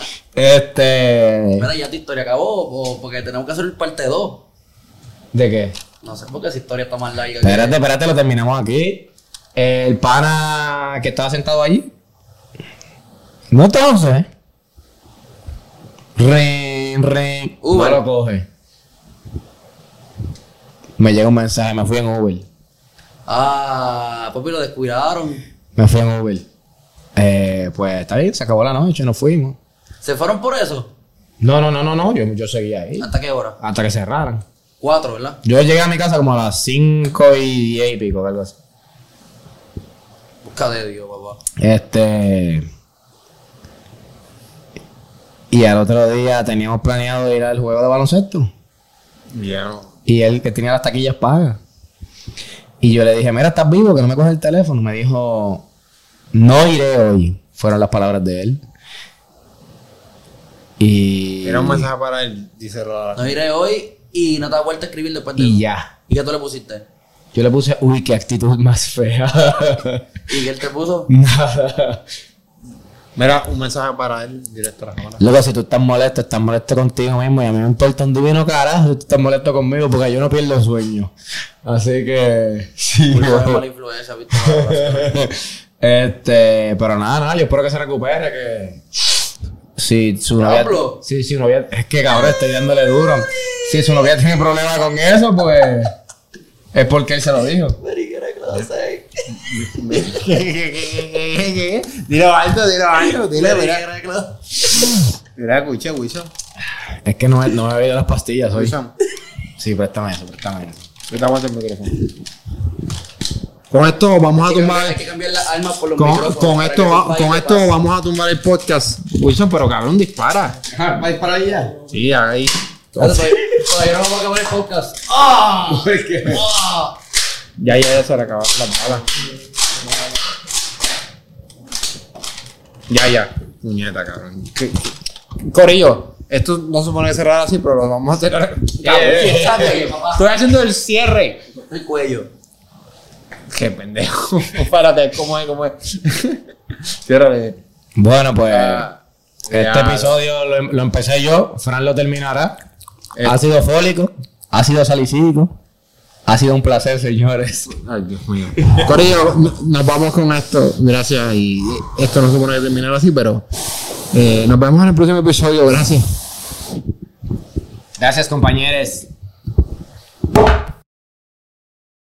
Speaker 3: Mira, ya tu historia acabó. o- porque tenemos que hacer el parte 2.
Speaker 2: ¿De qué?
Speaker 3: No sé por qué esa historia está más larga. que-
Speaker 2: Espérate, espérate, lo terminamos aquí. El pana que estaba sentado allí. No te lo sé. Ren, ren.
Speaker 3: Uber.
Speaker 2: No lo coge. Me llega un mensaje, me fui en Uber.
Speaker 3: Ah, papi, lo descuidaron.
Speaker 2: Me fui en Uber. Eh, pues está bien, se acabó la noche, nos fuimos.
Speaker 3: ¿Se fueron por eso?
Speaker 2: No, no, no, no, no, yo, yo seguía ahí.
Speaker 3: ¿Hasta qué hora?
Speaker 2: Hasta que cerraran.
Speaker 3: Cuatro, ¿verdad?
Speaker 2: Yo llegué a mi casa como a las 5 y 10 y pico, algo así.
Speaker 3: Busca de Dios, papá.
Speaker 2: Este. Y al otro día teníamos planeado ir al juego de baloncesto.
Speaker 4: Ya.
Speaker 2: Y él que tenía las taquillas pagas. Y yo le dije, mira, estás vivo, que no me coges el teléfono. Me dijo, no iré hoy. Fueron las palabras de él. Y.
Speaker 4: Era un mensaje para él, dice Rodolfo.
Speaker 3: Nos iré hoy y no te has vuelto a escribir después de
Speaker 2: Y
Speaker 3: eso.
Speaker 2: ya.
Speaker 3: ¿Y qué tú le pusiste?
Speaker 2: Yo le puse, uy, qué actitud más fea.
Speaker 3: ¿Y él te puso?
Speaker 2: Nada.
Speaker 4: Mira, un mensaje para él, directora. Hola.
Speaker 2: Luego, si tú estás molesto, estás molesto contigo mismo. Y a mí me importa un divino carajo si tú estás molesto conmigo, porque yo no pierdo sueño. Así que. Sí,
Speaker 3: Uy,
Speaker 2: bro.
Speaker 3: fue mala influencia, ¿viste? Mala influencia.
Speaker 2: este, pero nada, nada, yo espero que se recupere, que si su novia,
Speaker 3: Pablo.
Speaker 2: si su novia, es que cabrón, estoy dándole duro. Si su novia tiene problemas con eso, pues es porque él se lo dijo.
Speaker 4: dilo alto, dilo alto, dile, mira. Mira, escucha, Wilson.
Speaker 2: Es que no, he- no me he bebido las pastillas hoy.
Speaker 4: Wilson,
Speaker 2: Sí, préstame eso, préstame eso.
Speaker 4: yo te aguanto el micrófono.
Speaker 1: Con esto vamos a
Speaker 3: Hay que cambiar-
Speaker 1: tumbar.
Speaker 3: Hay que cambiar las armas por los
Speaker 1: Con,
Speaker 3: micrófonos.
Speaker 1: con
Speaker 3: para
Speaker 1: esto,
Speaker 3: que
Speaker 1: va-
Speaker 3: sepa ahí
Speaker 1: con
Speaker 3: qué
Speaker 1: esto
Speaker 3: pasa.
Speaker 1: vamos a tumbar el podcast. Wilson, pero cabrón, dispara.
Speaker 2: ¿Vais para allá?
Speaker 4: Sí, ahí.
Speaker 3: Entonces, Todavía no vamos a acabar el podcast.
Speaker 4: Ya, ya, ya se le acabaron las balas. Ya, ya. Puñeta, cabrón. ¿Qué- qué- Corillo, esto no se supone que cerrar así, pero lo vamos a cerrar. Cabrón,
Speaker 3: eh,
Speaker 4: chato,
Speaker 3: eh, papá.
Speaker 4: Estoy haciendo el cierre.
Speaker 3: El cuello.
Speaker 4: Qué pendejo. Párate, ¿cómo es? ¿Cómo es? Ciérrale.
Speaker 2: Bueno, pues
Speaker 4: Ah,
Speaker 2: este
Speaker 4: ya.
Speaker 2: episodio lo, em- lo empecé yo, Fran lo terminará.
Speaker 4: Eh.
Speaker 2: Ácido fólico, ácido salicílico. Ha sido un placer, señores.
Speaker 4: Ay, Dios mío.
Speaker 1: Corillo, no- nos vamos con esto. Gracias. Y esto no se supone que terminar así, pero eh, nos vemos en el próximo episodio. Gracias.
Speaker 2: Gracias, compañeros.